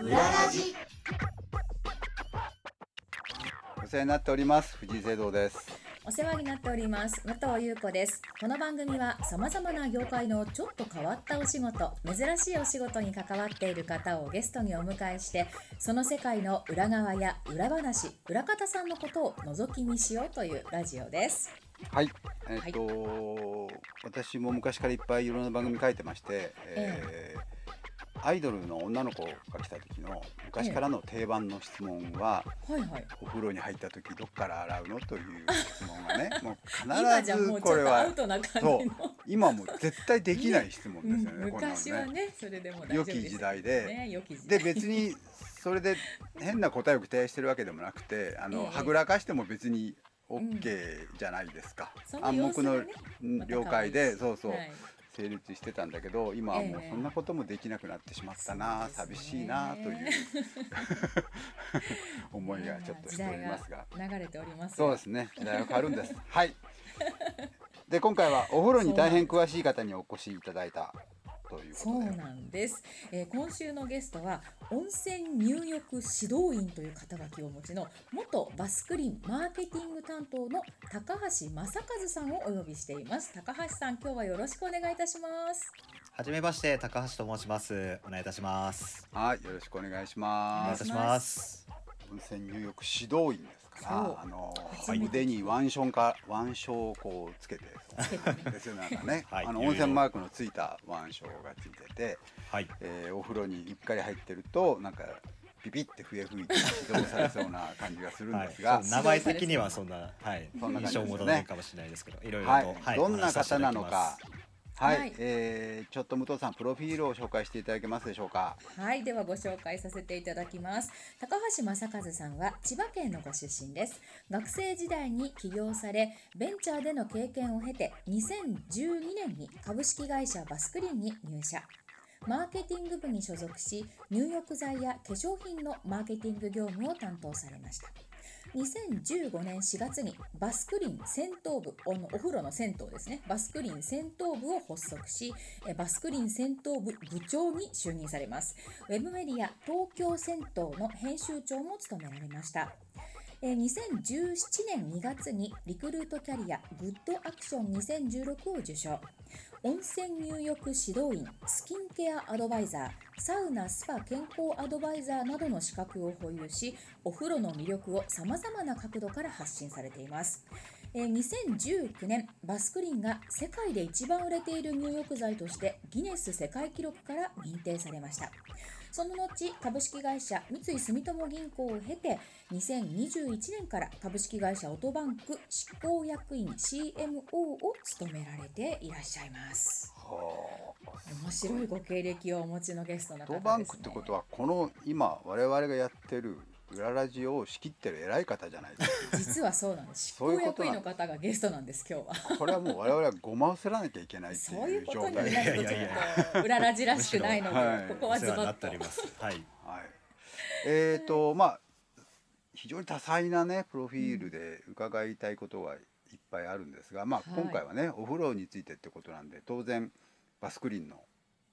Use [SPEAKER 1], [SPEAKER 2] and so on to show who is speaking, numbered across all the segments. [SPEAKER 1] 裏ラジ
[SPEAKER 2] お世話になっております藤井聖堂です
[SPEAKER 3] お世話になっております武藤優子ですこの番組は様々な業界のちょっと変わったお仕事珍しいお仕事に関わっている方をゲストにお迎えしてその世界の裏側や裏話裏方さんのことを覗き見しようというラジオです
[SPEAKER 2] はいえっと、私も昔からいっぱいいろんな番組書いてまして、えーアイドルの女の子が来た時の昔からの定番の質問は、
[SPEAKER 3] はいはい
[SPEAKER 2] お風呂に入った時どっから洗うのという質問が ねも
[SPEAKER 3] 今
[SPEAKER 2] う必
[SPEAKER 3] じゃ
[SPEAKER 2] ず
[SPEAKER 3] もうちょ
[SPEAKER 2] こ
[SPEAKER 3] っ
[SPEAKER 2] れ
[SPEAKER 3] とア
[SPEAKER 2] は
[SPEAKER 3] ウトな感じ
[SPEAKER 2] そ
[SPEAKER 3] の
[SPEAKER 2] う、今もう絶対できない質問ですよ
[SPEAKER 3] う
[SPEAKER 2] ね
[SPEAKER 3] ん
[SPEAKER 2] こんなの
[SPEAKER 3] 昔はねそれでも大丈
[SPEAKER 2] 良
[SPEAKER 3] 夫です
[SPEAKER 2] き時代で、
[SPEAKER 3] ね良き時代
[SPEAKER 2] で別にそれで変な答えを期待してるわけでもなくてあの、
[SPEAKER 3] ええ
[SPEAKER 2] はぐらかしても別に OK じゃないですか、
[SPEAKER 3] その
[SPEAKER 2] 暗
[SPEAKER 3] 様
[SPEAKER 2] 黙
[SPEAKER 3] 子が
[SPEAKER 2] の
[SPEAKER 3] ね
[SPEAKER 2] うん
[SPEAKER 3] また
[SPEAKER 2] 了解で、
[SPEAKER 3] 可愛いし
[SPEAKER 2] そうそう、
[SPEAKER 3] はい
[SPEAKER 2] 成立してたんだけど今はもう
[SPEAKER 3] ええ
[SPEAKER 2] そんなこともできなくなってしまったな、
[SPEAKER 3] そうで
[SPEAKER 2] 寂
[SPEAKER 3] すね
[SPEAKER 2] しいなという 思いがちょっとしておりますが。
[SPEAKER 3] 流れております
[SPEAKER 2] そうですね時代は変わるんですはいで今回はお風呂に大変詳しい方にお越しいただいたという
[SPEAKER 3] そ
[SPEAKER 2] こ
[SPEAKER 3] う
[SPEAKER 2] とで
[SPEAKER 3] なんです、えー今週のゲストは温泉入浴指導員という肩書きをお持ちの元バスクリンマーケティング担当の高橋正和さんをお呼びしています高橋さん今日はよろしくお願いいたします
[SPEAKER 4] はじめまして、高橋と申します。お願いいたします。
[SPEAKER 2] はいよろしくお願いし
[SPEAKER 4] お願
[SPEAKER 2] ま
[SPEAKER 4] いい
[SPEAKER 2] す
[SPEAKER 4] たします。
[SPEAKER 2] 温泉入浴指導員ですから
[SPEAKER 3] そう
[SPEAKER 2] あの
[SPEAKER 3] 初めて
[SPEAKER 2] 腕に腕章か腕章をこうつけてですよねなんかね、
[SPEAKER 4] はい
[SPEAKER 2] あの
[SPEAKER 4] いろ
[SPEAKER 2] 温
[SPEAKER 4] いろ
[SPEAKER 2] 泉マークのついた腕章がついてて、
[SPEAKER 4] はい。
[SPEAKER 2] えーお風呂に一回入ってるとなんかピピって笛吹いて指導されそうな感じがするん
[SPEAKER 4] はい
[SPEAKER 2] ですが、
[SPEAKER 4] そう名前的にはそんな、はい、
[SPEAKER 2] そんな感じですね
[SPEAKER 4] 印象もたないかもしれないですけど、いろいろと、
[SPEAKER 2] はい、どんな方なの。
[SPEAKER 4] お話しさ
[SPEAKER 2] か
[SPEAKER 4] せていただき。
[SPEAKER 2] はい、
[SPEAKER 3] はい
[SPEAKER 2] えーちょっと武藤さん、プロフィールを紹介していただけますでしょうか。
[SPEAKER 3] はい、ではご紹介させていただきます。高橋正和さんは千葉県のご出身です。学生時代に起業され、ベンチャーでの経験を経て、2012年に株式会社バスクリンに入社。マーケティング部に所属し、入浴剤や化粧品のマーケティング業務を担当されました。2015年4月にバスクリン戦闘部おのお風呂の銭湯ですねバスクリン戦闘部を発足しえバスクリン戦闘部部長に就任されますウェブメディア東京戦闘の編集長も務められましたえー2017年2月にリクルートキャリアグッドアクション2016を受賞温泉入浴指導員スキンケアアドバイザーサウナスパ健康アドバイザーなどの資格を保有しお風呂の魅力をさまざまな角度から発信されていますえー2019年バスクリンが世界で一番売れている入浴剤としてギネス世界記録から認定されましたその後株式会社三井住友銀行を経て2021年から株式会社オトバンク執行役員 CMO を務められていらっしゃいます面白いご経歴をお持ちのゲストの
[SPEAKER 2] ド
[SPEAKER 3] 方です、ね、
[SPEAKER 2] バンクってことは、この今我々がやってる裏ラジオを仕切ってる偉い方じゃないです
[SPEAKER 3] 実はそうなんです執
[SPEAKER 2] そうい
[SPEAKER 3] 行
[SPEAKER 2] うこと
[SPEAKER 3] 役
[SPEAKER 2] な
[SPEAKER 3] 員
[SPEAKER 2] ん
[SPEAKER 3] の方がゲストなんです今日は
[SPEAKER 2] か。これはもう我々はごまをすらなきゃいけないって
[SPEAKER 3] そうい
[SPEAKER 2] いうう
[SPEAKER 3] こ
[SPEAKER 2] 状
[SPEAKER 3] とにな
[SPEAKER 2] 態
[SPEAKER 3] る
[SPEAKER 2] で
[SPEAKER 3] と
[SPEAKER 4] いや
[SPEAKER 3] ち
[SPEAKER 4] いやいや
[SPEAKER 3] ょっと裏ラジらしくないので、
[SPEAKER 2] はい
[SPEAKER 3] ここ
[SPEAKER 4] ま
[SPEAKER 3] は
[SPEAKER 4] す
[SPEAKER 3] ズ
[SPEAKER 4] お世話に
[SPEAKER 3] バ
[SPEAKER 4] な
[SPEAKER 3] ッ
[SPEAKER 4] って
[SPEAKER 3] と
[SPEAKER 4] おります。はい。
[SPEAKER 2] はい。えっ、と、まあ非常に多彩なねプロフィールで伺いたいことがいっぱいあるんですが、まあ
[SPEAKER 3] はい
[SPEAKER 2] 今回はね、お風呂についてってことなんで当然バスクリーンの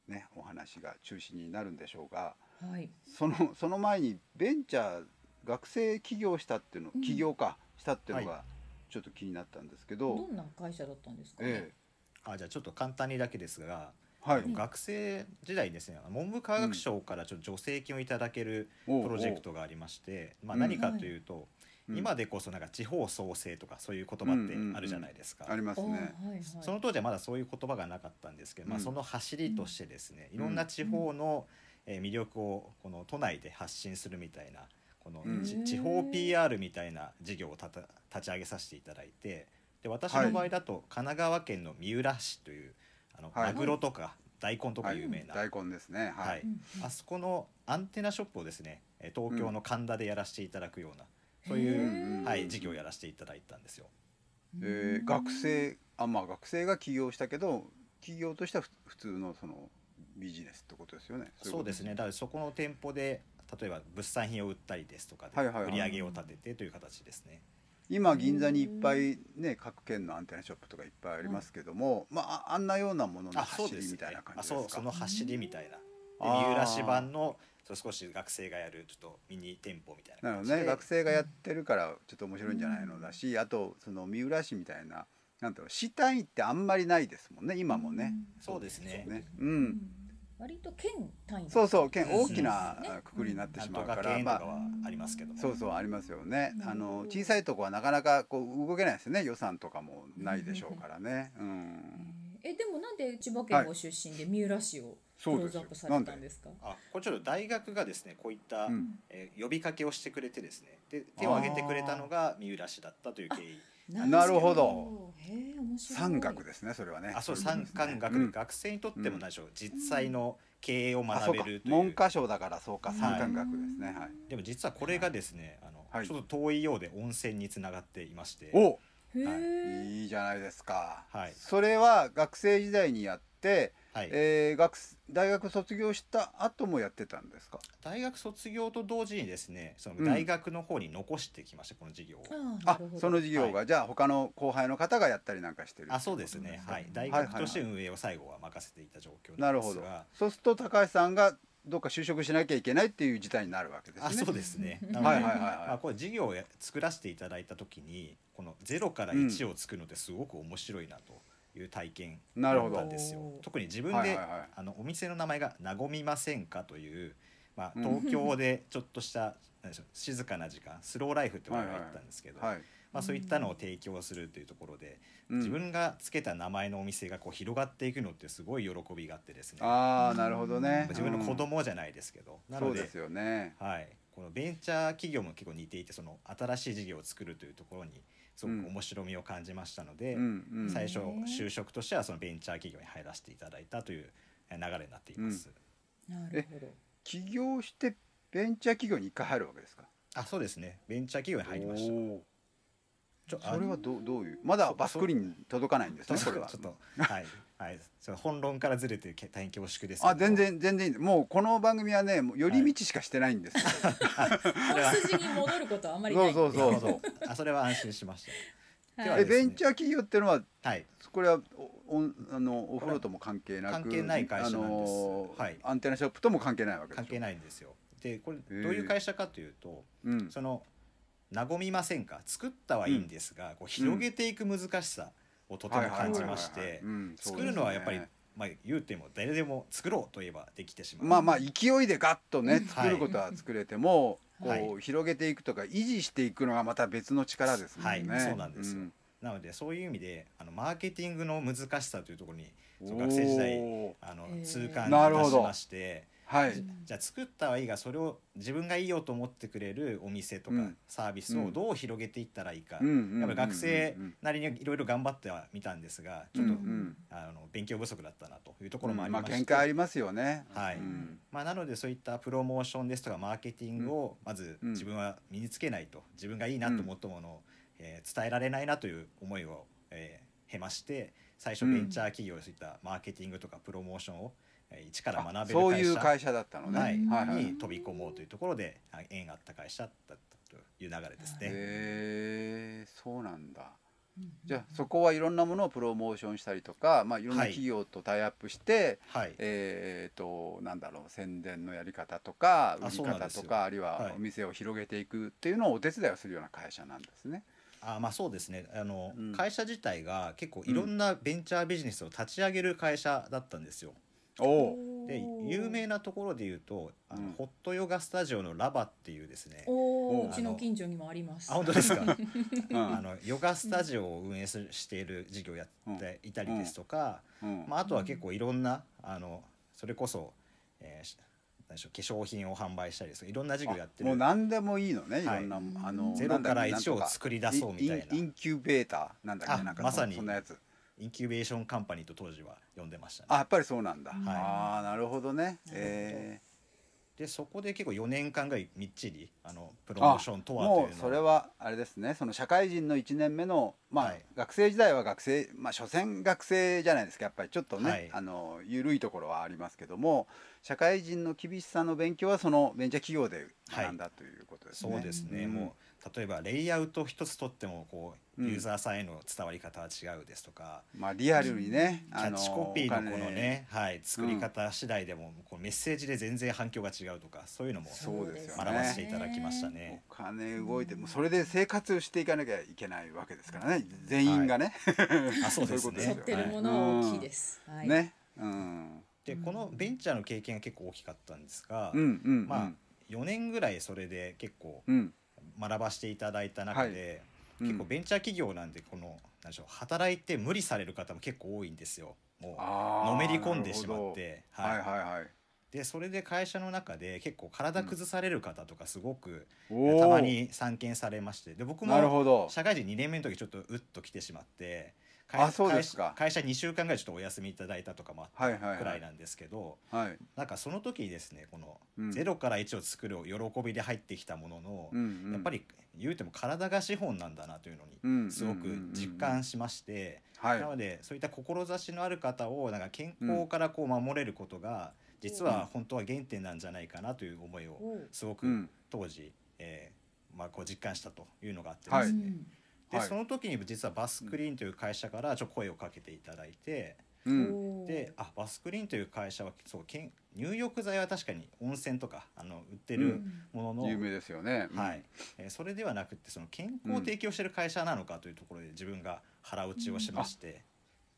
[SPEAKER 2] ねお話が中心になるんでしょうが。
[SPEAKER 3] はい、
[SPEAKER 2] そのその前にベンチャー学生起業したっていうの、
[SPEAKER 3] うん
[SPEAKER 2] 起業家したっていうの
[SPEAKER 4] は
[SPEAKER 2] がちょっと気になったんですけど、
[SPEAKER 3] どんな会社だったんですかね、
[SPEAKER 2] ええ
[SPEAKER 4] あ、じゃあ、ちょっと簡単にだけですが。
[SPEAKER 2] は
[SPEAKER 4] あの
[SPEAKER 2] い、
[SPEAKER 4] 学生時代にですね、文部科学省からちょっと助成金をいただける
[SPEAKER 2] おう
[SPEAKER 4] プロジェクトがありまして、まあ、
[SPEAKER 2] うん
[SPEAKER 4] 何かというと、
[SPEAKER 2] うん
[SPEAKER 4] 今でこそなんか地方創生とかそういう言葉ってあるじゃないですか。
[SPEAKER 2] あります
[SPEAKER 3] おー
[SPEAKER 2] ね。
[SPEAKER 3] はいはい、
[SPEAKER 4] その当時はまだそういう言葉がなかったんですけど、まあ、
[SPEAKER 2] うん
[SPEAKER 4] その走りとしてですね、いろんな地方のえー魅力をこの都内で発信するみたいなこの
[SPEAKER 2] うん
[SPEAKER 4] ち地方 PR みたいな事業をたた立ち上げさせていただいてで私の場合だと神奈川県の三浦市というあの
[SPEAKER 2] はい
[SPEAKER 4] マグロとか大根とか
[SPEAKER 2] はい
[SPEAKER 4] 有名な、
[SPEAKER 2] 大根ですね。は。
[SPEAKER 4] はいい、あそこのアンテナショップをですねえー東京の神田でやらせていただくような、そう
[SPEAKER 2] へ
[SPEAKER 4] い
[SPEAKER 2] ー
[SPEAKER 4] う、はい、事業をやらせていただいたんですよ。
[SPEAKER 2] えー学生あまあ学生が起業したけど起業としてはふ普通のそのビジネスってことですよね。
[SPEAKER 4] そうです
[SPEAKER 2] ね。
[SPEAKER 4] ねだからそこの店舗で例えば物産品を売ったりですとかで
[SPEAKER 2] はいはいはい
[SPEAKER 4] 売り上げを立ててという形ですね。
[SPEAKER 2] 今銀座にいっぱいね各県のアンテナショップとかいっぱいありますけども、まあああんなようなものの
[SPEAKER 4] あそう
[SPEAKER 2] 走
[SPEAKER 4] で
[SPEAKER 2] り
[SPEAKER 4] す
[SPEAKER 2] み
[SPEAKER 4] ね
[SPEAKER 2] たいな感じ
[SPEAKER 4] あ
[SPEAKER 2] ですか。
[SPEAKER 4] そうその走りみたいな。で
[SPEAKER 2] あー
[SPEAKER 4] 三浦市版のそう少し学生がやるちょっとミニ店舗みたいな
[SPEAKER 2] なの
[SPEAKER 4] 感じ
[SPEAKER 2] で、
[SPEAKER 4] で
[SPEAKER 2] ね、学生がやってるからちょっと面白いんじゃないのだし、あとその三浦市みたいななんていうの市単位ってあんまりないですもんね今もね。
[SPEAKER 4] そうですね
[SPEAKER 2] ねう、
[SPEAKER 3] うんん割と県単位
[SPEAKER 2] そうそう県
[SPEAKER 4] うん
[SPEAKER 2] 大きなくくりになって
[SPEAKER 4] な
[SPEAKER 2] し
[SPEAKER 4] ん
[SPEAKER 2] ま
[SPEAKER 4] と
[SPEAKER 2] うか、
[SPEAKER 4] から県と
[SPEAKER 2] ま
[SPEAKER 4] か
[SPEAKER 2] あ、
[SPEAKER 4] はありますけども、
[SPEAKER 2] そうそうありますよね
[SPEAKER 3] なるほど
[SPEAKER 2] あの小さいとこはなかなかこう動けないですよね予算とかもないでしょうからね。うん
[SPEAKER 3] えでもなんで千葉県ご出身で三浦市をク
[SPEAKER 2] そ
[SPEAKER 3] ロ
[SPEAKER 2] うで
[SPEAKER 3] ーズ
[SPEAKER 2] す
[SPEAKER 3] ア
[SPEAKER 2] よ
[SPEAKER 3] ップさ
[SPEAKER 2] な
[SPEAKER 3] れ
[SPEAKER 2] ん
[SPEAKER 3] たん
[SPEAKER 2] で、
[SPEAKER 3] ですか
[SPEAKER 4] あこれちょっと大学がですねこういった、
[SPEAKER 2] うん、
[SPEAKER 4] えー呼びかけをしてくれてですねで手を挙げてくれたのが三浦市だったという経緯
[SPEAKER 2] なるほど
[SPEAKER 3] へえ面白い
[SPEAKER 2] 三角ですねそれはね。
[SPEAKER 4] あそう
[SPEAKER 2] い
[SPEAKER 4] 三
[SPEAKER 2] ことです
[SPEAKER 4] 観
[SPEAKER 2] ね
[SPEAKER 4] 学、
[SPEAKER 2] うん
[SPEAKER 4] 学生にとっても何でしょう実際の経営を
[SPEAKER 2] あそう
[SPEAKER 4] 学べ
[SPEAKER 2] か
[SPEAKER 4] るという
[SPEAKER 2] 文科省だからそうか
[SPEAKER 3] はい
[SPEAKER 2] 三感学ですねはい。
[SPEAKER 4] でも実はこれがですねあの、
[SPEAKER 2] はい
[SPEAKER 4] ちょっと遠いようで温泉につながっていまして
[SPEAKER 2] お
[SPEAKER 3] へ
[SPEAKER 4] はい
[SPEAKER 3] え
[SPEAKER 2] いいじゃないですか。
[SPEAKER 4] はい
[SPEAKER 2] それは学生時代にやって、
[SPEAKER 4] はい
[SPEAKER 2] えー学す大学卒業した後もやってたんですか。
[SPEAKER 4] 大学卒業と同時にですねそ
[SPEAKER 2] うん
[SPEAKER 4] の大学の方に残してきました、この授業を。
[SPEAKER 3] あな
[SPEAKER 2] あ
[SPEAKER 3] るほど
[SPEAKER 2] その授業が、
[SPEAKER 4] は
[SPEAKER 2] じゃあ他の後輩の方がやったりなんかしてる
[SPEAKER 4] あそうですね
[SPEAKER 2] ってこと
[SPEAKER 4] はい
[SPEAKER 2] ね
[SPEAKER 4] 大学として運営を最後は任せていた状況
[SPEAKER 2] な
[SPEAKER 4] な
[SPEAKER 2] る
[SPEAKER 4] んで
[SPEAKER 2] ほ
[SPEAKER 4] す
[SPEAKER 2] ど
[SPEAKER 4] が、
[SPEAKER 2] そうすると高橋さんがどっか就職しなきゃいけないっていう事態になるわけですね
[SPEAKER 4] あそうですね なので
[SPEAKER 2] はいはいはい
[SPEAKER 4] まあ、
[SPEAKER 2] は
[SPEAKER 4] これ授業をや作らせていただいた時にこの0から1を作るのってすごく面白いなという体験
[SPEAKER 2] いなるほ
[SPEAKER 4] だったん
[SPEAKER 2] ど
[SPEAKER 4] ですよ
[SPEAKER 3] おー
[SPEAKER 4] 特に自分で、
[SPEAKER 2] はいはいはい
[SPEAKER 4] あのお店の名前が「なごみませんか」という、まあ、
[SPEAKER 2] うん
[SPEAKER 4] 東京でちょっとした、なんでしょう静かな時間スローライフって我々は言ったんですけど、
[SPEAKER 2] はい
[SPEAKER 4] まあ、そういったのを提供するというところで、
[SPEAKER 2] うん
[SPEAKER 4] 自分がつけた名前のお店がこう広がっていくのってすごい喜びがあってですね
[SPEAKER 2] ああなるほどね
[SPEAKER 4] 自分の子供じゃないですけど、
[SPEAKER 2] うん
[SPEAKER 4] な
[SPEAKER 2] そ
[SPEAKER 4] の
[SPEAKER 2] う
[SPEAKER 4] で
[SPEAKER 2] ですよね
[SPEAKER 4] はい、このベンチャー企業も結構似ていてその新しい事業を作るというところにすごく面白みを感じましたので、
[SPEAKER 2] うんうん
[SPEAKER 4] 最初
[SPEAKER 3] へー
[SPEAKER 4] 就職としてはそのベンチャー企業に入らせていただいたというえ流れになっています。
[SPEAKER 3] なるほど
[SPEAKER 2] 起業してベンチャー企業に一回入るわけですか
[SPEAKER 4] あそうですねベンチャー企業に入りました。
[SPEAKER 2] おー
[SPEAKER 4] ちょあ
[SPEAKER 2] それはどうどういうまだバックリンに届かないんです
[SPEAKER 4] ちょ
[SPEAKER 2] ね
[SPEAKER 4] っと
[SPEAKER 2] それは
[SPEAKER 4] ちょっと はいはいちょっと本論からずれてるけ大変恐縮ですけど
[SPEAKER 2] あ全然全然いいんですもうこの番組はねもう寄り道しかしてないんですよ、
[SPEAKER 3] 本筋に戻ることはあまりない
[SPEAKER 2] そう
[SPEAKER 4] なるほどあ それは安心しまし
[SPEAKER 3] は
[SPEAKER 4] で
[SPEAKER 3] い
[SPEAKER 4] は
[SPEAKER 2] えベンチャー企業っていうのは
[SPEAKER 4] た。はい
[SPEAKER 2] これはおおあのお風呂とも関係なく
[SPEAKER 4] 関係ない会社なんで
[SPEAKER 2] あ
[SPEAKER 4] す
[SPEAKER 2] のー
[SPEAKER 4] はい
[SPEAKER 2] アンテナショップとも関係ないわけでしょ
[SPEAKER 4] 関係
[SPEAKER 2] ない、
[SPEAKER 4] ないんですよ。でこれどう
[SPEAKER 2] ー
[SPEAKER 4] いう会社かというと。
[SPEAKER 2] うん、
[SPEAKER 4] その和みませんか作ったはいいんですが、こう広げていく難しさをとても感じまし
[SPEAKER 2] はいはいはいはい
[SPEAKER 4] て
[SPEAKER 2] うん
[SPEAKER 4] 作るのはやっぱり、
[SPEAKER 2] そうですね
[SPEAKER 4] まあ、言うても誰でも作ろうといえばできてしまう、
[SPEAKER 2] まあまあ勢いでガッとね作ることは作れても、
[SPEAKER 4] はい
[SPEAKER 2] こう広げていくとか維持していくのがまた別の力ですもんね、
[SPEAKER 4] はいそうなんですよ
[SPEAKER 2] ん
[SPEAKER 4] なのでそういう意味であのマーケティングの難しさというところにそう学生時代
[SPEAKER 2] おー
[SPEAKER 4] あの
[SPEAKER 3] へー
[SPEAKER 4] 痛感い
[SPEAKER 2] なるほ
[SPEAKER 4] た
[SPEAKER 2] ど
[SPEAKER 4] しまして
[SPEAKER 2] は
[SPEAKER 4] じ
[SPEAKER 2] い
[SPEAKER 4] じゃあ作ったはいいがそれを自分がいいよと思ってくれるお店とか
[SPEAKER 2] うん
[SPEAKER 4] サービスをどう広げていったらいいか、
[SPEAKER 2] うんうんうんうん
[SPEAKER 4] やっぱり学生なりにいろいろ頑張ってはみたんですがちょっと
[SPEAKER 2] うんうん
[SPEAKER 4] あの勉強不足だったなというところもあり
[SPEAKER 2] ま
[SPEAKER 4] ま
[SPEAKER 2] あ
[SPEAKER 4] して、
[SPEAKER 2] 限界ありますよね
[SPEAKER 4] はい
[SPEAKER 2] うん
[SPEAKER 4] まあ、なのでそういったプロモーションですとかマーケティングをまず
[SPEAKER 2] うん
[SPEAKER 4] 自分は身につけないと、自分がいいなと思ったものを、えー伝えられないなという思いを、えー経まして最初
[SPEAKER 2] うん
[SPEAKER 4] ベンチャー企業でそういったマーケティングとかプロモーションを、えー一から
[SPEAKER 2] あ
[SPEAKER 4] 学べる
[SPEAKER 2] そういう
[SPEAKER 4] 会
[SPEAKER 2] 会社だったのね、
[SPEAKER 4] 社、はい
[SPEAKER 2] はいはい
[SPEAKER 4] に飛び込もうというところであ縁があった会社だったという流れですね。
[SPEAKER 2] へえそうなんだ
[SPEAKER 3] うん
[SPEAKER 2] じゃあそこはいろんなものをプロモーションしたりとか、まあ、いろんな
[SPEAKER 4] はい
[SPEAKER 2] 企業とタイアップして、
[SPEAKER 4] はい、
[SPEAKER 2] えー、となんだろう宣伝のやり方とか売
[SPEAKER 4] あ
[SPEAKER 2] り
[SPEAKER 4] そうなん
[SPEAKER 2] 方
[SPEAKER 4] です
[SPEAKER 2] と
[SPEAKER 4] よ
[SPEAKER 2] かあるい
[SPEAKER 4] は
[SPEAKER 2] はいお店を広げていくっていうのをお手伝いをするような会社なんですね。
[SPEAKER 4] あまあそうですねあの、
[SPEAKER 2] うん
[SPEAKER 4] 会社自体が結構いろんなベンチャービジネスを立ち上げる会社だったんですよ。
[SPEAKER 2] お
[SPEAKER 4] で有名なところで言うとあの、
[SPEAKER 2] うん
[SPEAKER 4] ホットヨガスタジオのラバっていうですね
[SPEAKER 3] お
[SPEAKER 2] お
[SPEAKER 3] ーうちの近所にもあります
[SPEAKER 4] あ本当ですか
[SPEAKER 2] うん
[SPEAKER 4] あのヨガスタジオを運営するしている事業をやっていたりですとか、
[SPEAKER 2] うん
[SPEAKER 4] まあ、あとは結構いろんなあのそれこそ、えーし何でしょう化粧品を販売したりですとかいろんな事業やってる
[SPEAKER 2] もう何でもいいのねいろ
[SPEAKER 4] はい
[SPEAKER 2] んな、あの
[SPEAKER 4] ゼロから
[SPEAKER 2] なんだっけ
[SPEAKER 4] 1を作り出そうみたい
[SPEAKER 2] インインイ
[SPEAKER 4] な
[SPEAKER 2] ンキュベーターなんだっけ
[SPEAKER 4] あ
[SPEAKER 2] なんか
[SPEAKER 4] ま
[SPEAKER 2] そ,、
[SPEAKER 4] さに
[SPEAKER 2] そんなやつ
[SPEAKER 4] インキュベーションカンパニーと当時は呼んでましたね
[SPEAKER 2] あやっぱりそうなんだ、
[SPEAKER 3] はい
[SPEAKER 2] ああなるほどね
[SPEAKER 3] ほど
[SPEAKER 2] え
[SPEAKER 4] でそこで結構4年間ぐらいみっちりあのプ
[SPEAKER 2] ー
[SPEAKER 4] ロモーションとはと
[SPEAKER 2] も
[SPEAKER 4] いうう
[SPEAKER 2] そ
[SPEAKER 4] の
[SPEAKER 2] れはあれですねその社会人の1年目の、まあ
[SPEAKER 4] はい
[SPEAKER 2] 学生時代は学生まあ所詮学生じゃないですかやっぱりちょっとね、
[SPEAKER 4] はい
[SPEAKER 2] あの緩いところはありますけども社会人の厳しさの勉強はそのベンチャー企業で学んだということですね。
[SPEAKER 4] そうですね、
[SPEAKER 2] ん
[SPEAKER 4] もう例えばレイアウト一つとってもこう
[SPEAKER 2] うん
[SPEAKER 4] ユーザーさんへの伝わり方は違うですとか、
[SPEAKER 2] まあリアルにね、
[SPEAKER 4] キ
[SPEAKER 2] あ
[SPEAKER 4] ャッ
[SPEAKER 2] の
[SPEAKER 4] チコピーのこの
[SPEAKER 2] お金
[SPEAKER 4] ね、はい、作り方次第でもこうメッセージで全然反響が違うとかそういうのも
[SPEAKER 2] そうですよね
[SPEAKER 4] 学ばせていただきましたね。
[SPEAKER 2] お金動いてもうそれで生活していかなきゃいけないわけですからね全員がね、
[SPEAKER 4] あそうです
[SPEAKER 2] そういうことで
[SPEAKER 4] ね。
[SPEAKER 3] 持
[SPEAKER 2] す
[SPEAKER 3] っ
[SPEAKER 2] よ
[SPEAKER 3] てるものは大きいです。はい。
[SPEAKER 2] ね、うん、
[SPEAKER 4] でこのベンチャーの経験が結構大きかったんですが、
[SPEAKER 2] うんうんうん
[SPEAKER 4] まあ4年ぐらいそれで結構
[SPEAKER 2] うん
[SPEAKER 4] 学ばせていただいた中で、
[SPEAKER 2] うん
[SPEAKER 4] 結構ベンチャー企業なんでこの何でしょう働いて無理される方も結構多いんですよ。もう
[SPEAKER 2] あー
[SPEAKER 4] のめり込んでしまって、
[SPEAKER 2] なるほどはいはいはい
[SPEAKER 4] でそれで会社の中で結構体崩される方とかすごく、
[SPEAKER 2] おー
[SPEAKER 4] たまに散見されましてで僕
[SPEAKER 2] なる
[SPEAKER 4] も
[SPEAKER 2] ほど
[SPEAKER 4] 社会人2年目の時ちょっとうっと来てしまって会
[SPEAKER 2] あそうですか
[SPEAKER 4] 会社2週間ぐらいちょっとお休みいただいたとかもあっ
[SPEAKER 2] はいはい
[SPEAKER 4] たく
[SPEAKER 2] は
[SPEAKER 4] らい
[SPEAKER 2] い
[SPEAKER 4] なんですけど、
[SPEAKER 2] はい
[SPEAKER 4] なんかその時にですねこの
[SPEAKER 2] うん
[SPEAKER 4] 0から1を作る喜びで入ってきたものの、
[SPEAKER 2] うんうん
[SPEAKER 4] やっぱり言うても体が資本なんだなという
[SPEAKER 2] う
[SPEAKER 4] の
[SPEAKER 2] んうんうんうん
[SPEAKER 4] にすごく実感しまして、
[SPEAKER 2] はい
[SPEAKER 4] なのでそういった志のある方をなんか健康からこう守れることが、実は本当は原点なんじゃないかなという思いを
[SPEAKER 3] おう
[SPEAKER 4] すご
[SPEAKER 2] う
[SPEAKER 4] く
[SPEAKER 2] ん
[SPEAKER 4] 当時、えーまあ、こう実感したというのがあって
[SPEAKER 2] は
[SPEAKER 4] で
[SPEAKER 2] い
[SPEAKER 4] す
[SPEAKER 3] う
[SPEAKER 4] ね、
[SPEAKER 3] ん
[SPEAKER 4] で
[SPEAKER 2] はい
[SPEAKER 4] その時に実はバスクリーンという会社からちょっと声をかけていただいて、
[SPEAKER 2] うん
[SPEAKER 3] おう
[SPEAKER 4] であバスクリーンという会社はそうけん入浴剤は確かに温泉とかあの売ってるものの、
[SPEAKER 2] 有名ですよね
[SPEAKER 4] はいえーそれではなくてその健康を提供してる会社なのかというところで自分が腹落ちをしまして、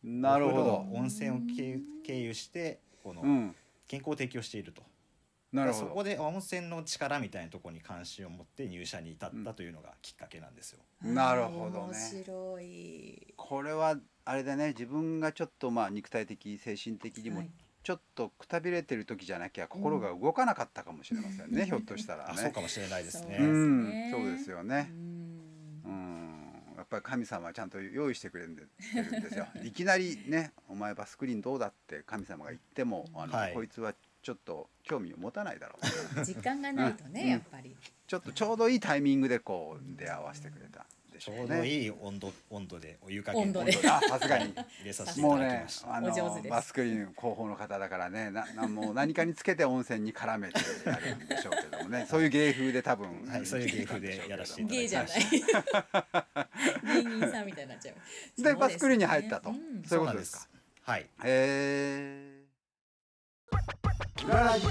[SPEAKER 2] うんなるほど
[SPEAKER 4] お風呂温泉を経経由してこ
[SPEAKER 2] う
[SPEAKER 4] の
[SPEAKER 2] ん
[SPEAKER 4] 健康を提供していると。
[SPEAKER 2] なる
[SPEAKER 4] そ
[SPEAKER 2] ほ
[SPEAKER 4] こ
[SPEAKER 2] ど
[SPEAKER 4] で温泉の力みたいなところに関心を持って入社に至ったというのがきっかけなんですよ。
[SPEAKER 2] なるほど
[SPEAKER 3] 面
[SPEAKER 2] ね
[SPEAKER 3] 白い。
[SPEAKER 2] これはあれだね自分がちょっとまあ肉体的精神的に
[SPEAKER 3] は
[SPEAKER 2] も
[SPEAKER 3] い
[SPEAKER 2] ちょっとくたびれてる時じゃなきゃ心が動かなかったかもしれませんね、ひょっとしたら
[SPEAKER 4] あ
[SPEAKER 2] ね。
[SPEAKER 4] そうかもしれないですね。
[SPEAKER 2] う
[SPEAKER 3] も
[SPEAKER 2] ん、そうですよ
[SPEAKER 3] う
[SPEAKER 2] ね。
[SPEAKER 3] ん
[SPEAKER 2] うん、やっぱり神様はちゃんと用意してくれるんでてるんです よ。いきなりね、お前バスクリーンどうだって神様が言っても、あの、
[SPEAKER 4] はい
[SPEAKER 2] こいつはちょっと興味を持たないだろう。
[SPEAKER 3] 実感がないと
[SPEAKER 2] うん
[SPEAKER 3] ね、やっぱり。
[SPEAKER 2] ちょっとちょうどいいタイミングでこう出会わせてくれたんでし
[SPEAKER 4] ち
[SPEAKER 2] ょう
[SPEAKER 4] ょう
[SPEAKER 2] ね。
[SPEAKER 4] どいい温度温度でお湯加減
[SPEAKER 3] 温度
[SPEAKER 2] 本当だあさすがに。
[SPEAKER 4] 入れさせてい
[SPEAKER 2] も
[SPEAKER 4] た
[SPEAKER 2] う
[SPEAKER 4] だき
[SPEAKER 2] ね
[SPEAKER 4] まし、た。
[SPEAKER 2] あ
[SPEAKER 3] お
[SPEAKER 2] の
[SPEAKER 3] 上手です
[SPEAKER 2] バスクリーン広報の方だからね、な、なもう何かにつけて温泉に絡めてやるんでしょうけどもね、そういう芸風で多分、
[SPEAKER 4] はいそういう芸風でやらせていただき
[SPEAKER 3] ゲイじゃない。芸人さんみたいになっちゃう。そうす
[SPEAKER 2] で
[SPEAKER 3] ね
[SPEAKER 2] バスクリーンに入ったと
[SPEAKER 3] うん
[SPEAKER 2] そういうことですか
[SPEAKER 4] そうなんはい。
[SPEAKER 2] へえ。裏ラジ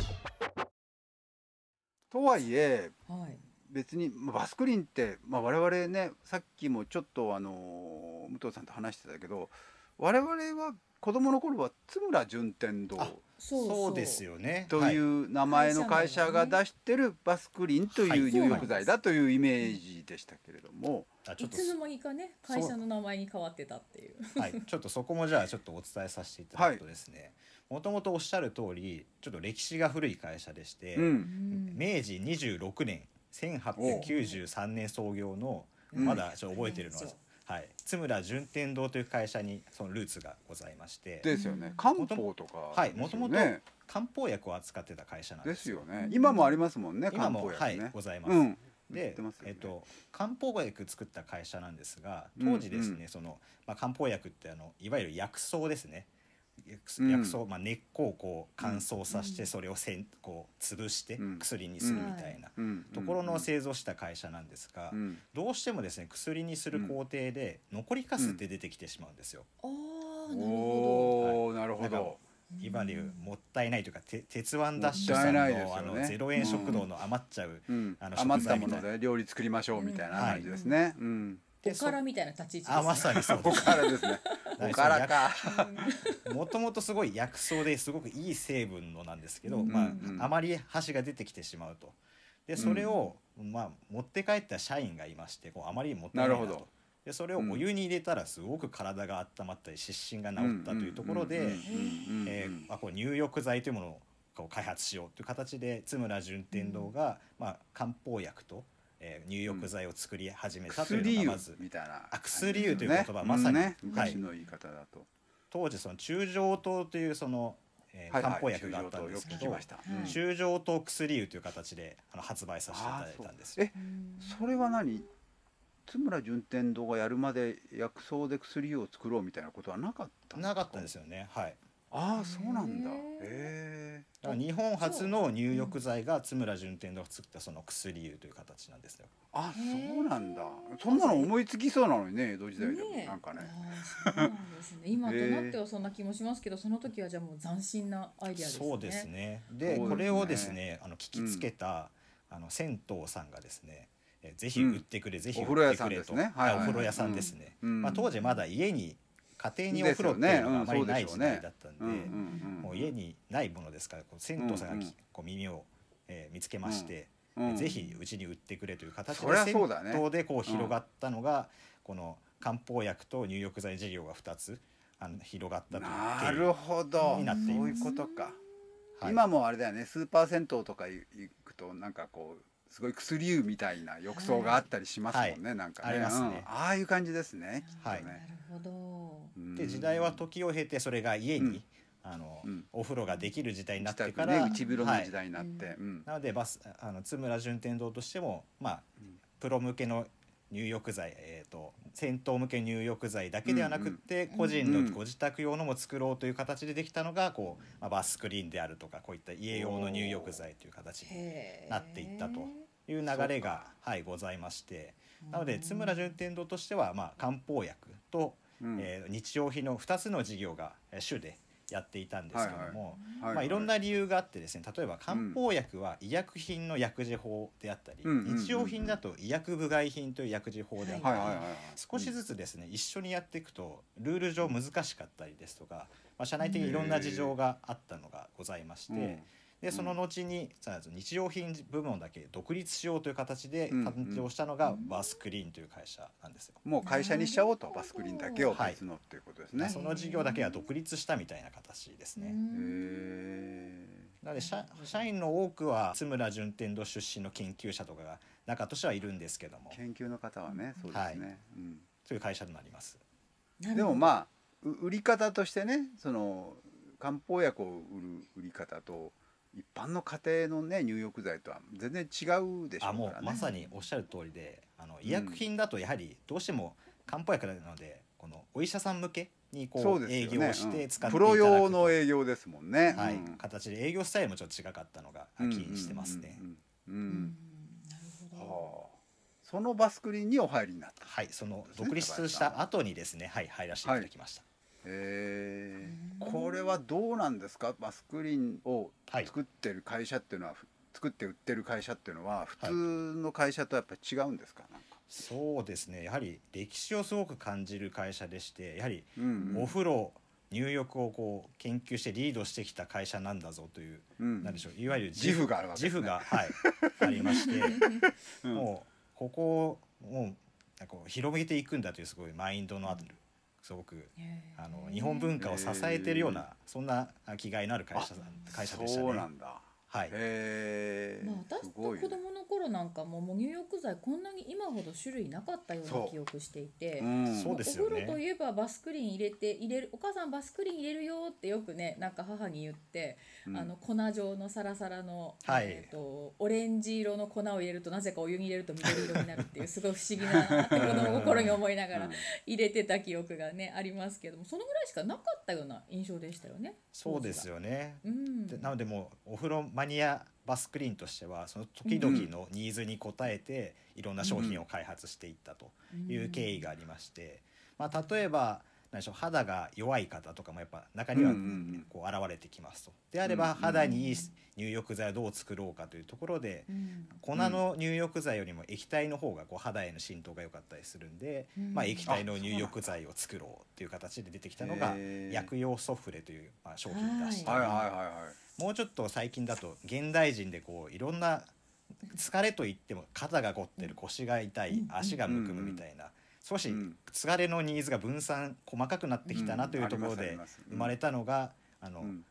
[SPEAKER 2] とはいえ
[SPEAKER 3] はい。
[SPEAKER 2] 別にまあバスクリーンって、まあ、我々ねさっきもちょっとあの武藤さんと話してたけど我々は子供の頃は津村順天堂
[SPEAKER 4] あ
[SPEAKER 3] そう
[SPEAKER 4] そうです。よね。
[SPEAKER 2] とい
[SPEAKER 4] は
[SPEAKER 2] う名前の会社が出してるバスクリーンと
[SPEAKER 4] はい
[SPEAKER 2] いう入浴
[SPEAKER 4] そうなんで
[SPEAKER 2] 剤
[SPEAKER 4] す
[SPEAKER 2] だというイメージでしたけれども、
[SPEAKER 4] い。あちょ
[SPEAKER 3] い
[SPEAKER 4] っ
[SPEAKER 3] つの間にかね、会社の名前に変わってたっていう。
[SPEAKER 4] とはい。ちょっとそこもじゃあちょっとお伝えさせていただくとですね。もともとおっしゃる通り、ちょっと歴史が古い会社でして、
[SPEAKER 2] うん、
[SPEAKER 4] 明治26年1893年創業の
[SPEAKER 2] うん
[SPEAKER 4] まだちょっと覚えてるのは、
[SPEAKER 3] うん
[SPEAKER 4] はい、津村順天堂という会社にそのルーツがございまして
[SPEAKER 2] ですよね漢方とか
[SPEAKER 4] は
[SPEAKER 2] で
[SPEAKER 4] い
[SPEAKER 2] すよね
[SPEAKER 4] もともと漢方薬を扱ってた会社なん
[SPEAKER 2] で
[SPEAKER 4] ですすよ
[SPEAKER 2] よね今もありますもんね
[SPEAKER 4] 今
[SPEAKER 2] 漢
[SPEAKER 4] も、
[SPEAKER 2] 方
[SPEAKER 4] は
[SPEAKER 2] 薬
[SPEAKER 4] い
[SPEAKER 2] ね、
[SPEAKER 4] ございます、
[SPEAKER 2] うん売っ
[SPEAKER 4] で
[SPEAKER 2] てますよ
[SPEAKER 4] え
[SPEAKER 2] ね
[SPEAKER 4] っと、漢方薬作った会社なんですが当時ですね、
[SPEAKER 2] うんうん
[SPEAKER 4] そのまあ、漢方薬ってあのいわゆる薬草ですね薬草,、
[SPEAKER 2] うん
[SPEAKER 4] 薬草まあ、根っこをこう乾燥させて、
[SPEAKER 3] うん
[SPEAKER 4] それをせんこう潰して
[SPEAKER 2] うん
[SPEAKER 4] 薬にするみたいな
[SPEAKER 2] うん
[SPEAKER 4] ところの製造した会社なんですが、
[SPEAKER 2] うん
[SPEAKER 4] どうしてもですね薬にする工程で残りかすって出てきてしまうんですよ。
[SPEAKER 3] ああ、なるほ
[SPEAKER 2] おおーなるほ
[SPEAKER 4] なん
[SPEAKER 2] ど
[SPEAKER 4] か今でいうもったいないというかて鉄腕ダッシュ
[SPEAKER 2] もった
[SPEAKER 4] さ
[SPEAKER 2] い
[SPEAKER 4] ん
[SPEAKER 2] な
[SPEAKER 4] の,、
[SPEAKER 2] いですよね
[SPEAKER 4] あの0円食堂の余っちゃう、
[SPEAKER 2] うん
[SPEAKER 4] あの
[SPEAKER 2] 余っ
[SPEAKER 4] 食
[SPEAKER 2] た
[SPEAKER 4] 材
[SPEAKER 2] も
[SPEAKER 4] みたい
[SPEAKER 2] の
[SPEAKER 4] な
[SPEAKER 2] で料理作りましょうみたいな
[SPEAKER 4] はい
[SPEAKER 2] 感じですねうん
[SPEAKER 3] ど。
[SPEAKER 4] で
[SPEAKER 3] おからみたいな立ち位置ですね。
[SPEAKER 4] あまさにそうで
[SPEAKER 2] お
[SPEAKER 4] す
[SPEAKER 2] からですねおからか
[SPEAKER 4] もともとすごい薬草ですごくいい成分のなんですけど、
[SPEAKER 3] うん
[SPEAKER 4] まあ
[SPEAKER 2] うん
[SPEAKER 4] あまり端が出てきてしまうとでそれを、まあ、持って帰った社員がいましてこうあまりにもったいない
[SPEAKER 2] な
[SPEAKER 4] な
[SPEAKER 2] るほ
[SPEAKER 4] と
[SPEAKER 2] ど
[SPEAKER 4] でそれをお湯に入れたらすごく体が温まったり湿疹が治ったというところ
[SPEAKER 2] うんうん
[SPEAKER 4] で
[SPEAKER 2] うんうん
[SPEAKER 4] えーまあこう入浴剤というものをこう開発しようという形で津村順天堂が、まあ、漢方薬と、えー入浴剤を作り始めたと
[SPEAKER 2] 薬
[SPEAKER 4] いうの
[SPEAKER 2] 湯
[SPEAKER 4] がまず
[SPEAKER 2] みたいな
[SPEAKER 4] あ薬湯という言葉
[SPEAKER 2] ね
[SPEAKER 4] まさに
[SPEAKER 2] ね
[SPEAKER 4] はい
[SPEAKER 2] 昔の言い方だと
[SPEAKER 4] 当時その中上糖というその、えー
[SPEAKER 2] はいはい
[SPEAKER 4] 漢方薬があったんですけ
[SPEAKER 2] 中
[SPEAKER 4] ど、
[SPEAKER 2] 上とよく聞きました
[SPEAKER 3] うん
[SPEAKER 2] 中
[SPEAKER 4] 中上と薬湯という形であの発売させていた
[SPEAKER 2] あ
[SPEAKER 4] だい
[SPEAKER 2] ー
[SPEAKER 4] たんです
[SPEAKER 2] そう
[SPEAKER 4] よ。
[SPEAKER 2] え それは何津村順天堂がやるまで薬草で薬湯を作ろうみたいなことはなかった
[SPEAKER 4] なかったんです
[SPEAKER 2] よ
[SPEAKER 4] よね。はい。
[SPEAKER 2] ああそうなんだ
[SPEAKER 3] へ
[SPEAKER 2] へえ
[SPEAKER 4] だから日本初の入浴剤が津村順天堂が作ったその薬湯という形なんですよ。
[SPEAKER 2] あ
[SPEAKER 3] へー
[SPEAKER 2] そうなんだそんなの思いつきそうなのにね江戸時代でも
[SPEAKER 3] ねえ
[SPEAKER 2] なんかね
[SPEAKER 3] あーそうなんです ね今となってはそんな気もしますけど、その時はじゃあもう斬新なアイデアですね。
[SPEAKER 4] そうですね。
[SPEAKER 2] そうで
[SPEAKER 4] で、
[SPEAKER 2] すね
[SPEAKER 4] これをですね、あの聞きつけた、あの銭湯さんがですね、えーぜひ売ってくれ、ぜひ
[SPEAKER 2] お
[SPEAKER 4] 売
[SPEAKER 2] 風呂
[SPEAKER 4] っ
[SPEAKER 2] 屋
[SPEAKER 4] て
[SPEAKER 2] さん
[SPEAKER 4] くれ
[SPEAKER 2] です
[SPEAKER 4] と、
[SPEAKER 2] ね
[SPEAKER 4] は
[SPEAKER 2] は
[SPEAKER 4] い
[SPEAKER 2] い
[SPEAKER 4] お風呂屋さんですね。
[SPEAKER 2] うん
[SPEAKER 4] まあ当時まだ家に家庭にお風呂っていうのがあまりない時代だったんで、
[SPEAKER 2] うんうん
[SPEAKER 4] もう家にないものですから、こう銭湯さんが
[SPEAKER 2] う
[SPEAKER 4] き、
[SPEAKER 2] んうん
[SPEAKER 4] こう耳を、えー見つけまして、
[SPEAKER 2] うんうん
[SPEAKER 4] ぜひうちに売ってくれという形
[SPEAKER 2] そり
[SPEAKER 4] で
[SPEAKER 2] ゃ
[SPEAKER 4] 銭
[SPEAKER 2] そうだね
[SPEAKER 4] 湯でこう広がったのが、この漢方薬と入浴剤事業が2つあの広がったという経緯
[SPEAKER 2] なるほど
[SPEAKER 4] になってい
[SPEAKER 2] そう
[SPEAKER 4] ま
[SPEAKER 2] いう
[SPEAKER 4] す
[SPEAKER 2] ことか
[SPEAKER 4] はい
[SPEAKER 2] 今もあれだよねスーパー銭湯とか行くとなんかこうすごい薬湯みたいな浴槽があったりしますもんねなんかね
[SPEAKER 4] ありますね
[SPEAKER 2] うんああいう感じですねきっと
[SPEAKER 4] はい
[SPEAKER 3] な
[SPEAKER 2] ね
[SPEAKER 3] るほど。
[SPEAKER 2] うん
[SPEAKER 4] で時代は時を経てそれが家に、
[SPEAKER 2] うん
[SPEAKER 4] あの
[SPEAKER 2] うん
[SPEAKER 4] お風呂ができる時代になっ
[SPEAKER 2] 自
[SPEAKER 4] て
[SPEAKER 2] 宅
[SPEAKER 4] から、
[SPEAKER 2] ね内風呂の時
[SPEAKER 4] はい、
[SPEAKER 2] 代になって
[SPEAKER 3] はい
[SPEAKER 2] うん
[SPEAKER 4] なのでバスあの津村順天堂としても、まあ
[SPEAKER 2] うん
[SPEAKER 4] プロ向けの入浴剤、えー、と銭湯向け入浴剤だけではなくって、
[SPEAKER 3] んうん
[SPEAKER 4] 個人
[SPEAKER 2] うん
[SPEAKER 4] のご自宅用のも作ろうという形でできたのがこう、まあ、バスクリーンであるとかこういった家用の入浴剤という形という
[SPEAKER 3] へー
[SPEAKER 4] なっていったと流れが、はい、ございましてなので津村順天堂としては、まあ、漢方薬と
[SPEAKER 2] うん
[SPEAKER 4] えー日用品の2つの事業がえー主でやっていたんですけども、
[SPEAKER 2] はい
[SPEAKER 4] まあ、いろん
[SPEAKER 2] は
[SPEAKER 4] な理由があってですね例えば漢方薬は医薬品の薬事法であったり、
[SPEAKER 2] うんうんうん
[SPEAKER 4] 日用品だと医薬部外品という薬事法であっ
[SPEAKER 2] い
[SPEAKER 4] た
[SPEAKER 2] はい
[SPEAKER 4] り、
[SPEAKER 2] はいはい
[SPEAKER 4] 少しずつですね一緒にやっていくとルール上難しかったりですとか、まあ、社内的にいろんな事情があったのがございまして。
[SPEAKER 2] うん
[SPEAKER 4] でその後に、さあ日用品部門だけ独立しようという形で
[SPEAKER 2] うんうん
[SPEAKER 4] 誕生したのがバスクリーンという会社なんですよ。
[SPEAKER 2] もう会社にしちゃおうとバスクリーンだけを別のっていうことですね。
[SPEAKER 4] まあその事業だけは独立したみたいな形ですね。
[SPEAKER 2] へ
[SPEAKER 4] なので社社員の多くは津村順天堂出身の研究者とかが中としてはいるんですけども
[SPEAKER 2] ー研究の方はね、そうですね。うん
[SPEAKER 4] という会社になります。
[SPEAKER 2] でも
[SPEAKER 3] あ
[SPEAKER 2] まあう売り方としてね、その漢方薬を売る売り方と一般の家庭のね入浴剤とは全然違うでしょ
[SPEAKER 4] あ
[SPEAKER 2] うか
[SPEAKER 4] も
[SPEAKER 2] らね。
[SPEAKER 4] うまさにおっしゃる通りであの医薬品だとやはりどうしても漢方薬なのでこのお医者さん向けにこ
[SPEAKER 2] そう
[SPEAKER 4] う営
[SPEAKER 2] ですよ
[SPEAKER 4] 業
[SPEAKER 2] ね。
[SPEAKER 4] し
[SPEAKER 2] う
[SPEAKER 4] て
[SPEAKER 2] ん
[SPEAKER 4] 使って
[SPEAKER 2] プ
[SPEAKER 4] いただ
[SPEAKER 2] ロ
[SPEAKER 4] く
[SPEAKER 2] 用の
[SPEAKER 4] はい
[SPEAKER 2] 営業ですもんね。うん
[SPEAKER 4] 形で営業スタイルもちょっと違かったのが起因してますね。
[SPEAKER 2] うんうん
[SPEAKER 3] う
[SPEAKER 2] うんん
[SPEAKER 3] なる
[SPEAKER 2] うんは
[SPEAKER 3] ほ
[SPEAKER 2] あそのバスクリーンにお入りになった。
[SPEAKER 4] はい、その
[SPEAKER 2] ですね
[SPEAKER 4] 独立した後にですね、はい、入らせていただきました。
[SPEAKER 2] えー
[SPEAKER 3] うん
[SPEAKER 2] これはどうなんですか、まあ、スクリーンを
[SPEAKER 4] はい
[SPEAKER 2] 作ってる会社っていうのは、ふ作って売ってる会社っていうのは普通の会社とやっぱ違うんですかなんか、
[SPEAKER 4] そうですね、やはり歴史をすごく感じる会社でして、やはり
[SPEAKER 2] うんうん
[SPEAKER 4] お風呂入浴をこう研究してリードしてきた会社なんだぞという、
[SPEAKER 2] うん
[SPEAKER 4] なんでしょういわゆる
[SPEAKER 2] 自負があるわけですね
[SPEAKER 4] 自負が、はい、ありま して、
[SPEAKER 2] うん
[SPEAKER 4] もうここをもうなんかこう広げていくんだというすごいマインドのある、すごく
[SPEAKER 3] どへー
[SPEAKER 4] あの日本文化を支えてるようなそんな気概のある会社さん会社でしたね
[SPEAKER 2] そうな。んだ
[SPEAKER 4] はい、
[SPEAKER 2] へえ
[SPEAKER 3] まあ、私
[SPEAKER 2] す
[SPEAKER 3] と
[SPEAKER 2] ご
[SPEAKER 3] 子
[SPEAKER 2] いね
[SPEAKER 3] 供の頃なんかももう入浴剤こんなに今ほど種類なかったよう
[SPEAKER 2] そ
[SPEAKER 3] な
[SPEAKER 2] う
[SPEAKER 3] 記憶していて、
[SPEAKER 2] うん
[SPEAKER 4] そう
[SPEAKER 3] お
[SPEAKER 4] ですよね
[SPEAKER 3] 風呂といえばバスクリーン入れて入れるお母さんバスクリーン入れるよってよくねなんか母に言って、
[SPEAKER 2] うん
[SPEAKER 3] あの粉状のサラサラの、
[SPEAKER 4] はい
[SPEAKER 3] えー、とオレンジ色の粉を入れるとなぜかお湯に入れると緑色になるっていうすごい不思議な子供心に思いなが ら
[SPEAKER 2] うん
[SPEAKER 3] 入れてた記憶がねありますけどもそのぐらいしかなかったような印象でしたよね。
[SPEAKER 4] そうです
[SPEAKER 3] よ、
[SPEAKER 4] よね。
[SPEAKER 3] うん、
[SPEAKER 4] でなのでもうお風呂マニアバスクリーンとしてはその時々のニーズに応えていろんな商品を開発していったという経緯がありまして、まあ、例えば何でしょう肌が弱い方とかもやっぱ中には
[SPEAKER 2] うんうんうん
[SPEAKER 4] こう現れてきますと。であれば肌にいい入浴剤をどう作ろうかというところで
[SPEAKER 3] うん
[SPEAKER 4] 粉の入浴剤よりも液体の方がこう肌への浸透が良かったりするんで、
[SPEAKER 3] うん
[SPEAKER 4] まあ、液体の入浴剤を作ろうっていう形で出てきたのが
[SPEAKER 2] へー
[SPEAKER 4] 薬用ソフレというまあ商品でした
[SPEAKER 2] はい
[SPEAKER 4] り
[SPEAKER 2] はいはいはい
[SPEAKER 4] もうちょっと最近だと現代人でこういろんな疲れといっても肩が凝ってる腰が痛い足がむくむみたいな少し
[SPEAKER 2] うん
[SPEAKER 4] 疲れのニーズが分散細かくなってきたなというところ
[SPEAKER 2] うんあり
[SPEAKER 4] で
[SPEAKER 2] ますあります
[SPEAKER 4] 生まれたのがあの
[SPEAKER 2] うん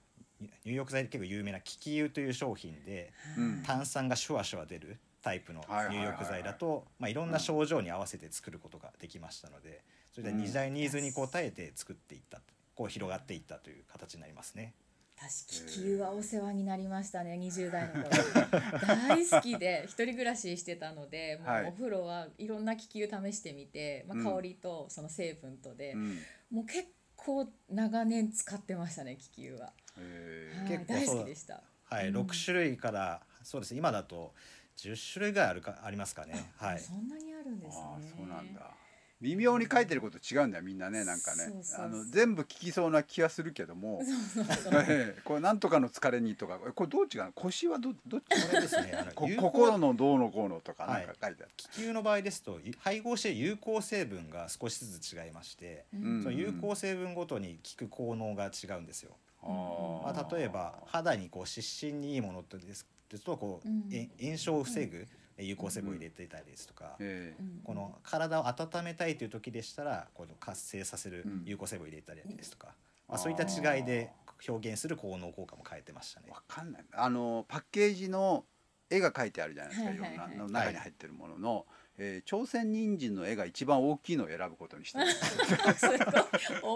[SPEAKER 4] 入浴剤で結構有名な気球という商品で
[SPEAKER 2] うん
[SPEAKER 4] 炭酸がシュワシュワ出るタイプの
[SPEAKER 2] はいはいはい
[SPEAKER 4] 入浴剤だとまあいろんな症状に合わせて作ることができましたのでそれで
[SPEAKER 2] うん
[SPEAKER 4] 二大ニーズに応えて作っていったこう広がっていったという形になりますね。
[SPEAKER 3] 私気球はお世話になりましたね20代の頃大好き で一人暮らししてたのでも
[SPEAKER 2] は
[SPEAKER 3] う
[SPEAKER 2] い
[SPEAKER 3] お風呂はいろんな気球試してみて、まあ、香りとその成分とで、
[SPEAKER 2] うん
[SPEAKER 3] もう結構長年使ってましたね気球は。
[SPEAKER 2] え
[SPEAKER 3] は
[SPEAKER 2] ー
[SPEAKER 3] い
[SPEAKER 4] 結構
[SPEAKER 3] 大
[SPEAKER 4] そう
[SPEAKER 3] 好きでした。
[SPEAKER 4] はい、
[SPEAKER 3] うん
[SPEAKER 4] 6種類からそうですね今だと10種類ぐらいあるかありますかねはい
[SPEAKER 3] そんなにあるんですね
[SPEAKER 2] ああ。そうなんだ微妙に書いてること違うんだよみんなねなんかね
[SPEAKER 3] そうそうそう
[SPEAKER 2] あの全部聞きそうな気はするけども
[SPEAKER 3] そうそうそう。
[SPEAKER 2] ええ これなんとかの疲れにとかこれどう違うの腰はどどっち
[SPEAKER 4] これですねあの
[SPEAKER 2] こ
[SPEAKER 4] 有効
[SPEAKER 2] 心のどうのこうのとか
[SPEAKER 4] は
[SPEAKER 2] ないんか書いてある、
[SPEAKER 4] 気球の場合ですとい配合している有効成分が少しずつ違いまして、
[SPEAKER 3] う
[SPEAKER 2] うん
[SPEAKER 4] その有効成分ごとに効く効能が違うんですよ。
[SPEAKER 3] うん
[SPEAKER 4] まあ、例えば肌にこう湿疹にいいものってですですとこう、
[SPEAKER 3] うん
[SPEAKER 4] え炎症を防ぐ有効成分を入れていたりですとか、
[SPEAKER 2] え
[SPEAKER 3] うん
[SPEAKER 4] この体を温めたいという時でしたらこの活性させる
[SPEAKER 2] うん
[SPEAKER 4] 有効成分を入れたりですとか、
[SPEAKER 2] うん
[SPEAKER 4] まあ、そういった違いで表現する効能効果も変えてました
[SPEAKER 2] え
[SPEAKER 4] ね。
[SPEAKER 2] わかんないあのパッケージの絵が書いてあるじゃないですか、
[SPEAKER 3] はいいはいはい
[SPEAKER 2] ろんなの中に入ってるものの、えー朝鮮人参の絵が一番大きいのを選ぶことにして る
[SPEAKER 3] すごい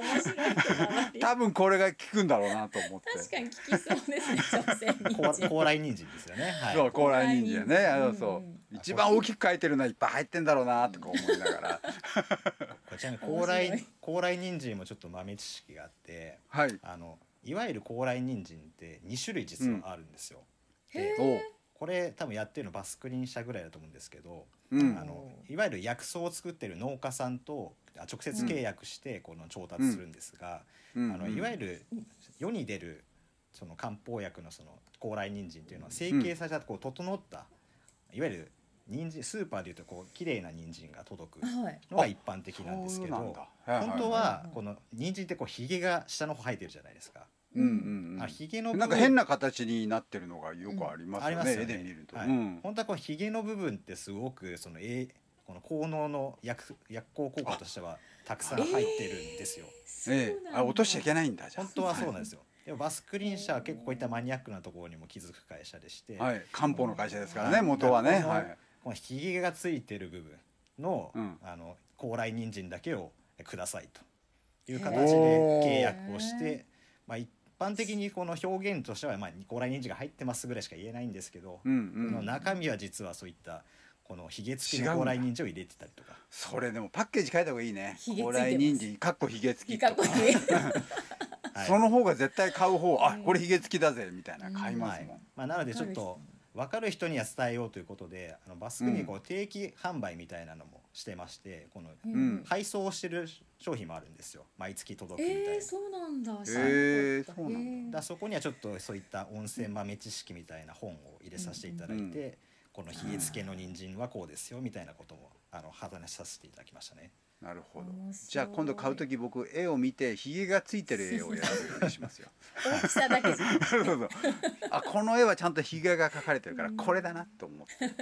[SPEAKER 3] 面白いこだわり。
[SPEAKER 2] 多分これが効くんだろうなと思って
[SPEAKER 3] 確かに聞きそうですね朝鮮
[SPEAKER 4] 高
[SPEAKER 3] 人参。
[SPEAKER 4] 高麗人参ですよね。はい。
[SPEAKER 2] そう高麗人参やねあのそう
[SPEAKER 3] う、ん
[SPEAKER 2] 一番大きく書いてるのはいっぱい入ってんだろうなとか思いながら
[SPEAKER 4] こちらに
[SPEAKER 3] 面
[SPEAKER 4] 高
[SPEAKER 3] 白い
[SPEAKER 4] 麗高麗人参もちょっと豆知識があって
[SPEAKER 2] はい
[SPEAKER 4] あのいわゆる高麗人参って2種類実はあるんですよ。
[SPEAKER 3] うん
[SPEAKER 4] で
[SPEAKER 3] へ
[SPEAKER 2] おう
[SPEAKER 4] これ多分やってるのバスクリン社ぐらいだと思うんですけど、
[SPEAKER 2] うん
[SPEAKER 4] あのいわゆる薬草を作ってる農家さんとあ直接契約してこの調達するんですが、
[SPEAKER 2] うん
[SPEAKER 4] あのいわゆる世に出るその漢方薬のその高麗人参というのは成形されたこう整った、いわゆる人参スーパーでいうとこう綺麗な人参が届く
[SPEAKER 3] はい。
[SPEAKER 4] のが一般的なんですけど。
[SPEAKER 2] そうなんだ
[SPEAKER 4] 本当は
[SPEAKER 3] うん
[SPEAKER 4] この人参ってこうひげが下の方生えてるじゃないですか。
[SPEAKER 2] いいいうんうん
[SPEAKER 4] あ
[SPEAKER 2] う
[SPEAKER 4] ひげの
[SPEAKER 2] ん、
[SPEAKER 4] 部
[SPEAKER 2] なん
[SPEAKER 4] 分
[SPEAKER 2] か変な形になってるのがよくあります
[SPEAKER 4] あり
[SPEAKER 2] よ
[SPEAKER 4] ま
[SPEAKER 2] ね、
[SPEAKER 4] すよ
[SPEAKER 2] 絵
[SPEAKER 4] ね
[SPEAKER 2] で見ると、
[SPEAKER 4] はい
[SPEAKER 2] うん
[SPEAKER 4] 本当はこのひげの部分ってすごくそのえこの効能の薬薬効効果としてはたくさん入ってるんですよ。
[SPEAKER 2] ええあ落としちゃいけ
[SPEAKER 3] ない。
[SPEAKER 2] ないんだじゃあ
[SPEAKER 4] 本当はそうなんですよ。でもバスクリーン社は結構こういったマニアックなところにも気づく会社でして、
[SPEAKER 2] はい、漢方の会社ですからね、
[SPEAKER 4] はい
[SPEAKER 2] 元はね、
[SPEAKER 4] だから
[SPEAKER 2] は
[SPEAKER 4] この
[SPEAKER 2] い、
[SPEAKER 4] このひげがついてる部分の、
[SPEAKER 2] うん
[SPEAKER 4] あの高麗人参だけをくださいという形
[SPEAKER 2] ー
[SPEAKER 3] へ
[SPEAKER 4] で契約をし
[SPEAKER 3] へ
[SPEAKER 4] て、まあ、一般的にこの表現としては、まあ、高麗人参が入ってますぐらいしか言えないんですけど、
[SPEAKER 2] うん
[SPEAKER 4] こ
[SPEAKER 2] う
[SPEAKER 4] の
[SPEAKER 2] ん、
[SPEAKER 4] 中身は実はそういったこのひげ付き
[SPEAKER 2] 違う
[SPEAKER 4] の
[SPEAKER 2] んだ
[SPEAKER 4] 高麗人参を入れてたりとか
[SPEAKER 2] それでもパッケージ変えた方がいいね
[SPEAKER 3] ひげついてま
[SPEAKER 2] 高
[SPEAKER 3] す
[SPEAKER 2] 麗人参かっこひげ付
[SPEAKER 3] いい
[SPEAKER 2] きと
[SPEAKER 3] かっ
[SPEAKER 2] か
[SPEAKER 3] こいい。
[SPEAKER 4] はい
[SPEAKER 2] その方が絶対買う方あ
[SPEAKER 3] うん
[SPEAKER 2] これひげ付きだぜみたいな買いますもん、
[SPEAKER 4] はいまあ、なのでちょっと分かる人には伝えようということであのバスクにこう定期販売みたいなのもしてましてこの
[SPEAKER 3] うん
[SPEAKER 2] うん
[SPEAKER 4] 配送をしてる商品もあるんですよ毎月届くみたいな。
[SPEAKER 3] えー、そうなんだ。
[SPEAKER 2] えー
[SPEAKER 3] 知らかった
[SPEAKER 2] そうなん
[SPEAKER 4] だからそこにはちょっとそういった温泉豆知識みたいな本を入れさせていただいて、
[SPEAKER 2] う
[SPEAKER 4] このひげ付けの人参はこうですよみたいなこともあの話させていただきましたね。
[SPEAKER 2] なるほど
[SPEAKER 3] 面白い
[SPEAKER 2] じゃあ今度買う時僕絵を見てひげが付いてる絵を選ぶようにしますよ
[SPEAKER 3] 大きさだけじゃ なく
[SPEAKER 2] そうそうあこの絵はちゃんとひげが描かれてるからこれだなと思って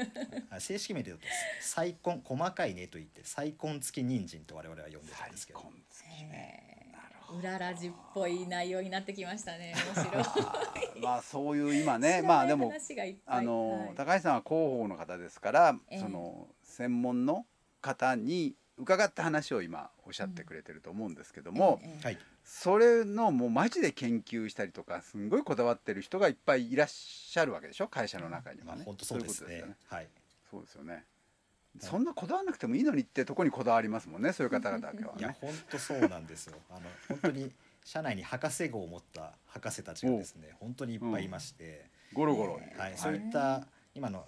[SPEAKER 4] あ正式名で言うと「細根細かいね」と言って「細根付き人参」と我々は呼んでたんですけど
[SPEAKER 2] 大根付きね
[SPEAKER 3] て。
[SPEAKER 2] なるほど
[SPEAKER 3] うららじっぽい内容になってきましたね。面白い。
[SPEAKER 2] まあそういう今
[SPEAKER 3] 知らな
[SPEAKER 2] ね
[SPEAKER 3] い
[SPEAKER 2] まあでも
[SPEAKER 3] 話がいっぱい
[SPEAKER 2] あの、
[SPEAKER 3] はい
[SPEAKER 2] 高橋さんは広報の方ですから、
[SPEAKER 3] ええ
[SPEAKER 2] その専門の方に伺った話を今おっしゃってくれてると思うんですけども、
[SPEAKER 3] ええ
[SPEAKER 4] はい、
[SPEAKER 2] それのもうマジで研究したりとかすんごいこだわってる人がいっぱいいらっしゃるわけでしょ会社の中に
[SPEAKER 4] ま
[SPEAKER 2] は
[SPEAKER 4] あ
[SPEAKER 2] ね。
[SPEAKER 4] 本当そうですね
[SPEAKER 2] いこと
[SPEAKER 4] はい
[SPEAKER 2] そうですよね。そんなこだわらなくてもいいのにってとこにこだわりますもんねそういう方々だけはい
[SPEAKER 4] や
[SPEAKER 2] ね。
[SPEAKER 4] 本当そうなんですよあの本当に社内に博士号を持った博士たちがですね本当にいっぱいいまして、
[SPEAKER 2] ゴロゴロ、
[SPEAKER 4] はい、そういった今の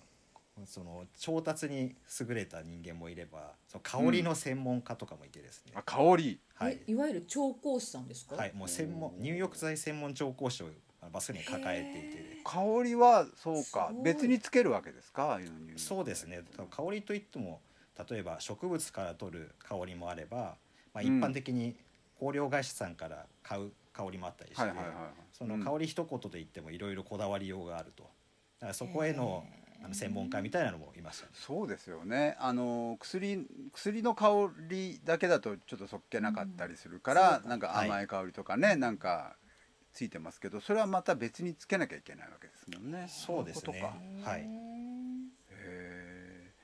[SPEAKER 4] その調達に優れた人間もいればその香りの専門家とかもいてですね、
[SPEAKER 2] あ香り
[SPEAKER 4] は
[SPEAKER 3] え
[SPEAKER 4] い、
[SPEAKER 3] いわゆる調香師さんですか。
[SPEAKER 4] はい、もう専門入浴剤専門調香師をあのバスに抱えていて。
[SPEAKER 2] 香りはそう
[SPEAKER 3] す
[SPEAKER 2] か
[SPEAKER 3] ごい
[SPEAKER 2] 別につけるわけですかああいうのに
[SPEAKER 4] そうですね多分香りといっても例えば植物から取る香りもあれば、まあ、
[SPEAKER 2] う
[SPEAKER 4] 一
[SPEAKER 2] ん
[SPEAKER 4] 般的に香料会社さんから買う香りもあったりして、
[SPEAKER 2] はいはいはいはい。
[SPEAKER 4] その香り一言で言ってもいろいろこだわりようがあるとだからそこへの
[SPEAKER 3] へー
[SPEAKER 4] あの専門家みたいなのもいましたね、
[SPEAKER 2] そうですよねあの薬薬の香りだけだとちょっとそっけなかったりするから、なんか
[SPEAKER 4] はい
[SPEAKER 2] 甘い香りとかね、なんかついてますけどそれはまた別につけなきゃいけないわけですもんね。
[SPEAKER 4] そうです
[SPEAKER 2] そういうことか
[SPEAKER 4] ねはい
[SPEAKER 2] へ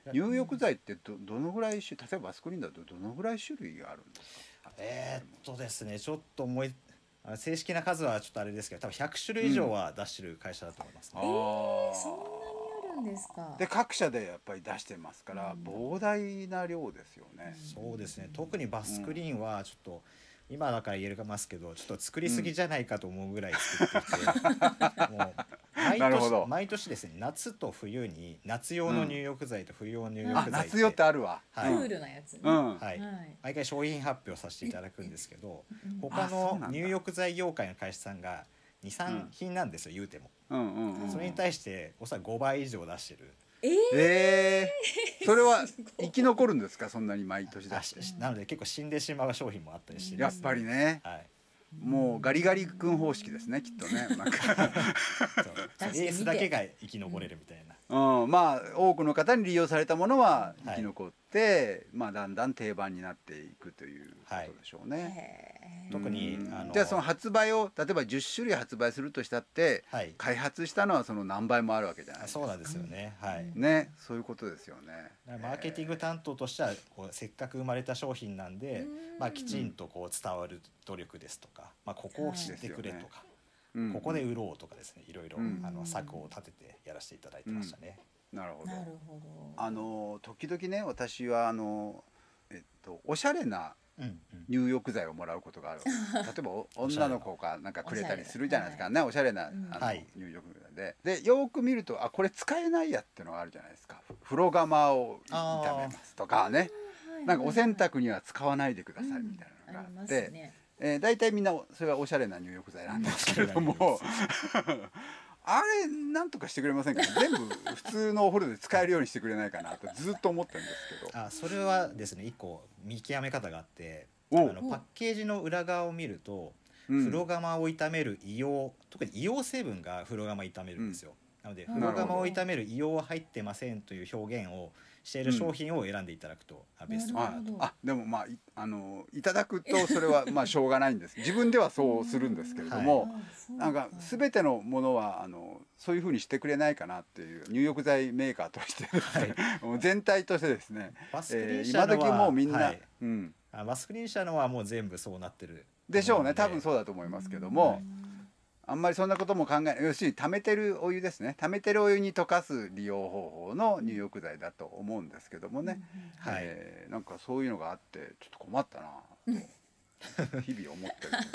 [SPEAKER 2] え入浴剤ってどどのぐらい種例えばバスクリーンだとどのぐらい種類があるんですか
[SPEAKER 4] えーっとですねちょっと思いあ正式な数はちょっとあれですけど多分100種類以上は出してる会社だと思いますね、
[SPEAKER 2] あー
[SPEAKER 3] そんなにあるんですか。
[SPEAKER 2] で各社でやっぱり出してますから、
[SPEAKER 3] うん
[SPEAKER 2] 膨大な量ですよね。
[SPEAKER 4] そうですね特にバスクリーンはちょっと今だから言えますけどちょっと作りすぎじゃないかと思うぐらい作ってき て、もう毎
[SPEAKER 2] なるほど
[SPEAKER 4] 年毎年ですね夏と冬に夏用の入浴剤と冬用の入
[SPEAKER 2] あ
[SPEAKER 4] 浴剤
[SPEAKER 2] 夏用ってあるわ。
[SPEAKER 4] はい
[SPEAKER 3] クールなやつね。
[SPEAKER 2] う
[SPEAKER 3] は
[SPEAKER 2] ん。
[SPEAKER 4] はい
[SPEAKER 3] い。
[SPEAKER 4] 毎回商品発表させていただくんですけど
[SPEAKER 3] うん
[SPEAKER 4] 他
[SPEAKER 2] あそうな
[SPEAKER 4] の
[SPEAKER 2] んだ
[SPEAKER 4] 入浴剤業界の会社さんが
[SPEAKER 2] うん
[SPEAKER 4] 23品なんですよ言うても
[SPEAKER 2] うんうんうん。
[SPEAKER 4] それに対しておそらく5倍以上出してる
[SPEAKER 3] えー
[SPEAKER 2] ええそれは
[SPEAKER 3] すごい
[SPEAKER 2] 生き残るんですかそんなに毎年
[SPEAKER 4] あ
[SPEAKER 2] 出して。
[SPEAKER 4] しなので結構死んでしまう商品もあったりして
[SPEAKER 2] や
[SPEAKER 4] ま
[SPEAKER 2] っ
[SPEAKER 4] す
[SPEAKER 2] ぱりね。
[SPEAKER 4] はい
[SPEAKER 2] もうガリガリ君方式ですねきっと ね。なんか
[SPEAKER 4] そう
[SPEAKER 3] かに
[SPEAKER 4] エースだけが生き残れるみたいな
[SPEAKER 2] うんまあ多くの方に利用されたものは生き残って、まあだんだん定番になっていくということでしょうね。
[SPEAKER 3] へー
[SPEAKER 4] 特に
[SPEAKER 2] うん
[SPEAKER 4] あの
[SPEAKER 2] じゃあその発売を例えば10種類発売するとしたって
[SPEAKER 4] はい
[SPEAKER 2] 開発したのはその何倍もあるわけじゃない
[SPEAKER 4] あ
[SPEAKER 2] ですか
[SPEAKER 4] そうなんですよねはい
[SPEAKER 2] ねそういうことですよね
[SPEAKER 4] だからマーケティング担当としてはこうせっかく生まれた商品なんで
[SPEAKER 3] うん、
[SPEAKER 4] まあ、きちんとこう伝わる努力ですとか、まあ、ここを知ってくれとか、
[SPEAKER 2] うん
[SPEAKER 4] ここで売ろうとかですねいろいろ、
[SPEAKER 2] うん
[SPEAKER 4] あの策を立ててやらせていただいてましたね。
[SPEAKER 2] なるほど
[SPEAKER 3] なるほど。
[SPEAKER 2] あの時々ね私はあのえっとおしゃれな
[SPEAKER 4] うん
[SPEAKER 2] 入浴剤をもらうことがある例えばお
[SPEAKER 4] おしゃれ
[SPEAKER 2] 女
[SPEAKER 4] な
[SPEAKER 2] の子がなんかくれたりするじゃないですかねおしゃれな
[SPEAKER 3] うん
[SPEAKER 2] あの
[SPEAKER 4] はい
[SPEAKER 2] 入浴剤ででよーく見るとあこれ使えないやっていうのがあるじゃないですか風呂釜を炒めますとかねなんかお洗濯には使わないでくださいみたいなのが
[SPEAKER 3] あり
[SPEAKER 2] あ
[SPEAKER 3] ま
[SPEAKER 2] っ
[SPEAKER 3] す
[SPEAKER 2] て、
[SPEAKER 3] ね。
[SPEAKER 2] えー、大体みんなそれはおしゃれな入浴剤なんですけれどもあれなんとかしてくれませんかね全部普通のお風呂で使えるようにしてくれないかなとずっと思ってるんですけど
[SPEAKER 4] あそれはですね一個見極め方があってあ
[SPEAKER 2] おう
[SPEAKER 4] のパッケージの裏側を見る
[SPEAKER 2] う
[SPEAKER 4] と、
[SPEAKER 2] ん
[SPEAKER 4] 風呂釜を炒める硫黄特に硫黄成分が風呂釜炒めるんですよ、なので
[SPEAKER 3] うん
[SPEAKER 4] 風呂釜を炒める硫黄は入ってませんという表現をしている商品を選んでいただくと、あベストかな
[SPEAKER 2] あ
[SPEAKER 4] と
[SPEAKER 3] なるほど
[SPEAKER 2] あでもまあいあのいただくとそれはまあしょうがないんです自分ではそうするんですけれども、
[SPEAKER 3] あそう
[SPEAKER 2] なんか
[SPEAKER 3] て
[SPEAKER 2] 全てのものはあのそういうふうにしてくれないかなっていう入浴剤メーカーとしてですね、全体としてですね、
[SPEAKER 4] バスクリ
[SPEAKER 2] え
[SPEAKER 4] ン
[SPEAKER 2] ー、
[SPEAKER 4] 社
[SPEAKER 2] 今
[SPEAKER 4] の
[SPEAKER 2] 時
[SPEAKER 4] は、
[SPEAKER 2] もうみんな、
[SPEAKER 4] はい
[SPEAKER 2] うん、
[SPEAKER 4] あバスクリン社のはもう全部そうなってる
[SPEAKER 2] でしょうね多分
[SPEAKER 4] う
[SPEAKER 2] そうだと思いますけども、あんまりそんなことも考えない要するに溜めてるお湯ですね溜めてるお湯に溶かす利用方法の入浴剤だと思うんですけどもね、
[SPEAKER 4] はい
[SPEAKER 2] えーなんかそういうのがあってちょっと困ったなと日々思ってるんで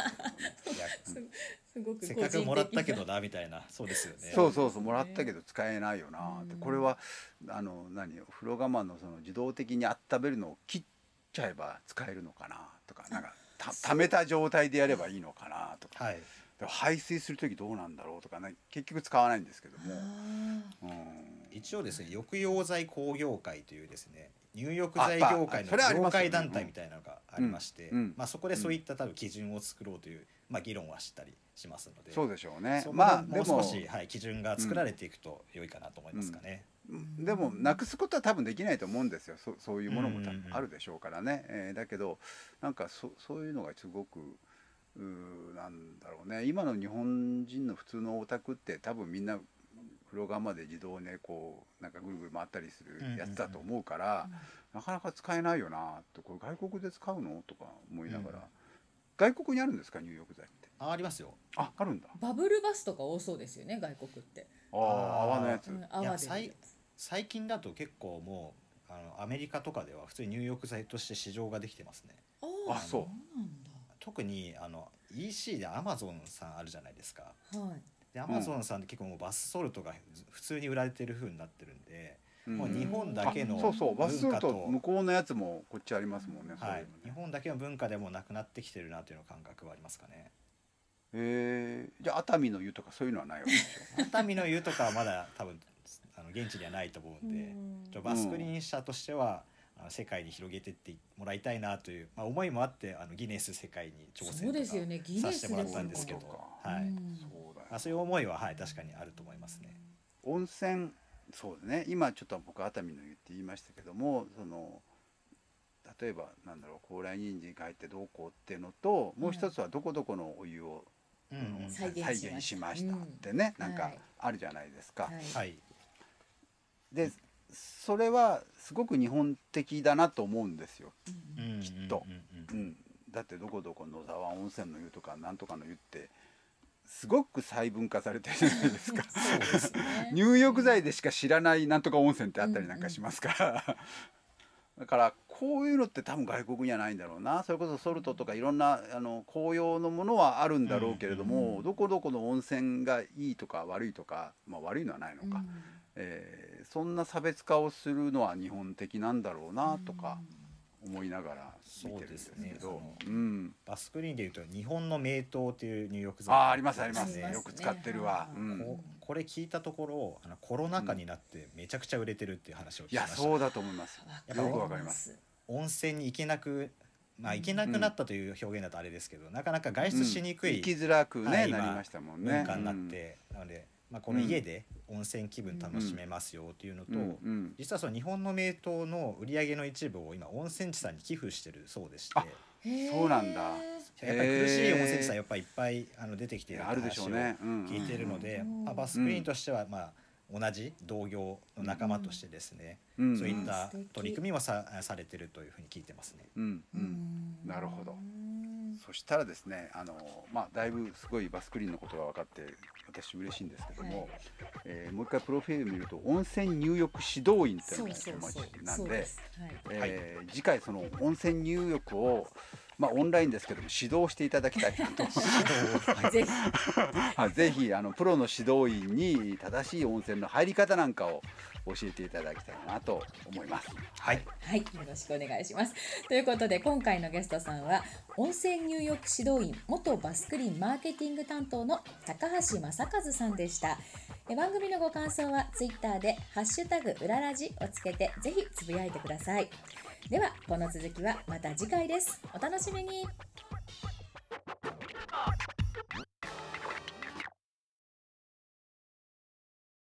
[SPEAKER 2] す
[SPEAKER 4] いや
[SPEAKER 3] すごく
[SPEAKER 4] せっかくもらったけどなみたいなそうですよ ね
[SPEAKER 2] けどそうそうそうもらったけど使えないよなって
[SPEAKER 3] うん
[SPEAKER 2] これはあの何風呂釜のその自動的に温めるのを切っちゃえば使えるのかなとかなんかた溜めた状態でやればいいのかなとか。
[SPEAKER 4] はい
[SPEAKER 2] でも排水する時どうなんだろうとかね結局使わないんですけども、
[SPEAKER 3] あ
[SPEAKER 2] うん、
[SPEAKER 4] 一応ですね浴用剤工業会というですね入浴剤業界
[SPEAKER 2] あ
[SPEAKER 4] の
[SPEAKER 2] それはあり
[SPEAKER 4] 業
[SPEAKER 2] ますよね
[SPEAKER 4] 界団体みたいなのがありまして
[SPEAKER 2] うんうん
[SPEAKER 4] まあ、そこでそういった多分基準を作ろうという、まあ、議論はしたりしますので
[SPEAKER 2] そうでしょうね
[SPEAKER 4] そこで
[SPEAKER 2] まあで
[SPEAKER 4] もう少
[SPEAKER 2] も
[SPEAKER 4] し、はい、基準が作られていくと良いかなと思いますかね。
[SPEAKER 2] でもなくすことは多分できないと思うんですよそそういうものも多
[SPEAKER 4] うんうん
[SPEAKER 2] 分
[SPEAKER 4] うん
[SPEAKER 2] あるでしょうからね、えーだけどなんかそそういうのがすごくうーなんだろうね今の日本人の普通のオタクって多分みんな風呂釜で自動でこうなんかぐるぐる回ったりするやつだと思うから、なかなか使えないよなとこれ外国で使うのとか思いながら、
[SPEAKER 4] うん
[SPEAKER 2] 外国にあるんですか入浴剤って。
[SPEAKER 4] あありますよ
[SPEAKER 2] あ、あるんだ。
[SPEAKER 3] ーバブルバスとか多そうですよね外国って。
[SPEAKER 2] ああ、
[SPEAKER 4] あー
[SPEAKER 2] 泡のやつ
[SPEAKER 3] う。ん泡でやるやつ。
[SPEAKER 4] 最近だと結構もうあのアメリカとかでは普通に入浴剤として市場ができてますね。
[SPEAKER 3] あー
[SPEAKER 2] あそう
[SPEAKER 3] う
[SPEAKER 4] 特にあの EC でアマゾンさんあるじゃないですか。
[SPEAKER 3] なんだ。はい。
[SPEAKER 4] でアマゾンさんって結構もうバスソルトが普通に売られてる風になってるんで、
[SPEAKER 2] うん
[SPEAKER 4] もう日本だけの
[SPEAKER 2] あそうそう、バスソ
[SPEAKER 4] 文
[SPEAKER 2] ル
[SPEAKER 4] 化と、
[SPEAKER 2] ト向こうのやつもこっちありますもんね。
[SPEAKER 4] はい、
[SPEAKER 2] そう
[SPEAKER 4] 日
[SPEAKER 2] うのね
[SPEAKER 4] 本だけの文化でもなくなってきてるなというの感覚はありますかね。
[SPEAKER 2] ええ、じゃあ熱海の湯とかそういうのはないわけでし
[SPEAKER 4] 熱海の湯とかはまだ多分あの現地にはないと思うんで、ちょ
[SPEAKER 3] う
[SPEAKER 4] バスクリーン社としては、あの世界に広げてってもらいたいなという、まあ、思いもあってあのギネス世界に挑
[SPEAKER 3] ん
[SPEAKER 4] 戦
[SPEAKER 3] そうですよ
[SPEAKER 4] と
[SPEAKER 3] ねギネ
[SPEAKER 4] かさ
[SPEAKER 3] ス
[SPEAKER 4] せ
[SPEAKER 3] で
[SPEAKER 4] て
[SPEAKER 3] す
[SPEAKER 4] も
[SPEAKER 3] よ
[SPEAKER 4] ら
[SPEAKER 3] ね
[SPEAKER 4] ったんですけど
[SPEAKER 2] そういうこ、と
[SPEAKER 3] う
[SPEAKER 4] はい
[SPEAKER 3] ん
[SPEAKER 2] ょ。そうだ
[SPEAKER 4] まあ、
[SPEAKER 2] よ。
[SPEAKER 4] そういう思いは、はい、確かにあると思いますね。
[SPEAKER 2] 温泉、そうですね。今ちょっと僕熱海の湯って言いましたけども、その。例えばなんだろう高麗人参が入ってどうこうっていうのともう一つはどこどこのお湯を
[SPEAKER 4] うんうん
[SPEAKER 3] 再現しました
[SPEAKER 2] しましたってねなんかあるじゃないですか
[SPEAKER 3] は。い
[SPEAKER 4] はい、
[SPEAKER 2] でそれはすごく日本的だなと思うんですよ、
[SPEAKER 3] うん
[SPEAKER 4] うんうんうんうん
[SPEAKER 2] きっとうん、だってどこどこ野沢温泉の湯とかなんとかの湯ってすごく細分化されてるじゃないです か
[SPEAKER 4] そうですね。
[SPEAKER 3] ね
[SPEAKER 2] 入浴剤でしか知らないなんとか温泉ってあったりなんかしますから、 だからこういうのって多分外国にはないんだろうなそれこそソルトとかいろんなあの紅葉のものはあるんだろうけれども、
[SPEAKER 4] うん
[SPEAKER 2] どこどこの温泉がいいとか悪いとか、まあ、悪いのはないの
[SPEAKER 3] うん
[SPEAKER 2] か、えーそんな差別化をするのは日本的なんだろうなとか思いながら見てるんですけど
[SPEAKER 4] そう。で
[SPEAKER 2] うん
[SPEAKER 4] バスクリーンでいうと日本の名刀っていう入浴剤
[SPEAKER 2] あーありますありま
[SPEAKER 3] あ
[SPEAKER 2] す、
[SPEAKER 3] りますね
[SPEAKER 2] よく使ってるわ、
[SPEAKER 3] う
[SPEAKER 2] うんん、
[SPEAKER 4] ここれ聞いたところあのコロナ禍になってめちゃくちゃ売れてるっていう話を聞
[SPEAKER 2] い
[SPEAKER 4] きま
[SPEAKER 2] や
[SPEAKER 4] した、
[SPEAKER 2] そうだと思います
[SPEAKER 3] うん
[SPEAKER 2] よくわかります
[SPEAKER 4] 温泉に行けなくまあ行けなくなったという表現だとあれですけど、なかなか外出しにく
[SPEAKER 2] うん
[SPEAKER 4] い
[SPEAKER 2] 行きづらくね、
[SPEAKER 4] はい今
[SPEAKER 2] なりましたもんね
[SPEAKER 4] 文化になって、なので、まあ、この家で温泉気分楽しめますよっていうのと、
[SPEAKER 2] うんうん
[SPEAKER 4] 実はその日本の名刀の売り上げの一部を今温泉地さんに寄付してるそうでして
[SPEAKER 2] あそうなんだ
[SPEAKER 4] やっぱり苦しい温泉地さんやっぱりいっぱいあの出てき
[SPEAKER 2] い
[SPEAKER 4] てる
[SPEAKER 2] やあるでしょうね、うん
[SPEAKER 4] 聞いてるので、
[SPEAKER 3] うん
[SPEAKER 4] まあ、バスクリーンとしては、まあ、同じ同業の仲間としてですね、
[SPEAKER 2] うん
[SPEAKER 4] そういっ
[SPEAKER 3] うん
[SPEAKER 4] た
[SPEAKER 3] 素敵
[SPEAKER 4] 取り組みもさされてるというふうに聞いてますね。
[SPEAKER 2] うんう、
[SPEAKER 3] うんん
[SPEAKER 2] なるほど
[SPEAKER 3] うん
[SPEAKER 2] そしたらですねあの、まあ、だいぶすごいバスクリーンのことが分かって私嬉しいんですけども、
[SPEAKER 3] はい
[SPEAKER 2] えーもう一回プロフィール見ると温泉入浴指導員っていう
[SPEAKER 3] そ
[SPEAKER 2] の
[SPEAKER 3] う
[SPEAKER 2] が
[SPEAKER 3] そ
[SPEAKER 2] お待
[SPEAKER 3] うそう
[SPEAKER 2] ちな
[SPEAKER 3] そ
[SPEAKER 2] ん
[SPEAKER 3] う、
[SPEAKER 2] です
[SPEAKER 3] はい、
[SPEAKER 2] えー次回その温泉入浴を、まあ、オンラインですけども指導していただきたいなと
[SPEAKER 3] ぜひ
[SPEAKER 2] あぜひあのプロの指導員に正しい温泉の入り方なんかを教えていただきたいなと思います。
[SPEAKER 4] はい、
[SPEAKER 3] はい、よろしくお願いします。ということで、今回のゲストさんは、温泉入浴指導員、元バスクリーンマーケティング担当の高橋正和さんでした。え番組のご感想は、ツイッターで、ハッシュタグ、うららじをつけて、ぜひつぶやいてください。では、この続きはまた次回です。お楽しみに。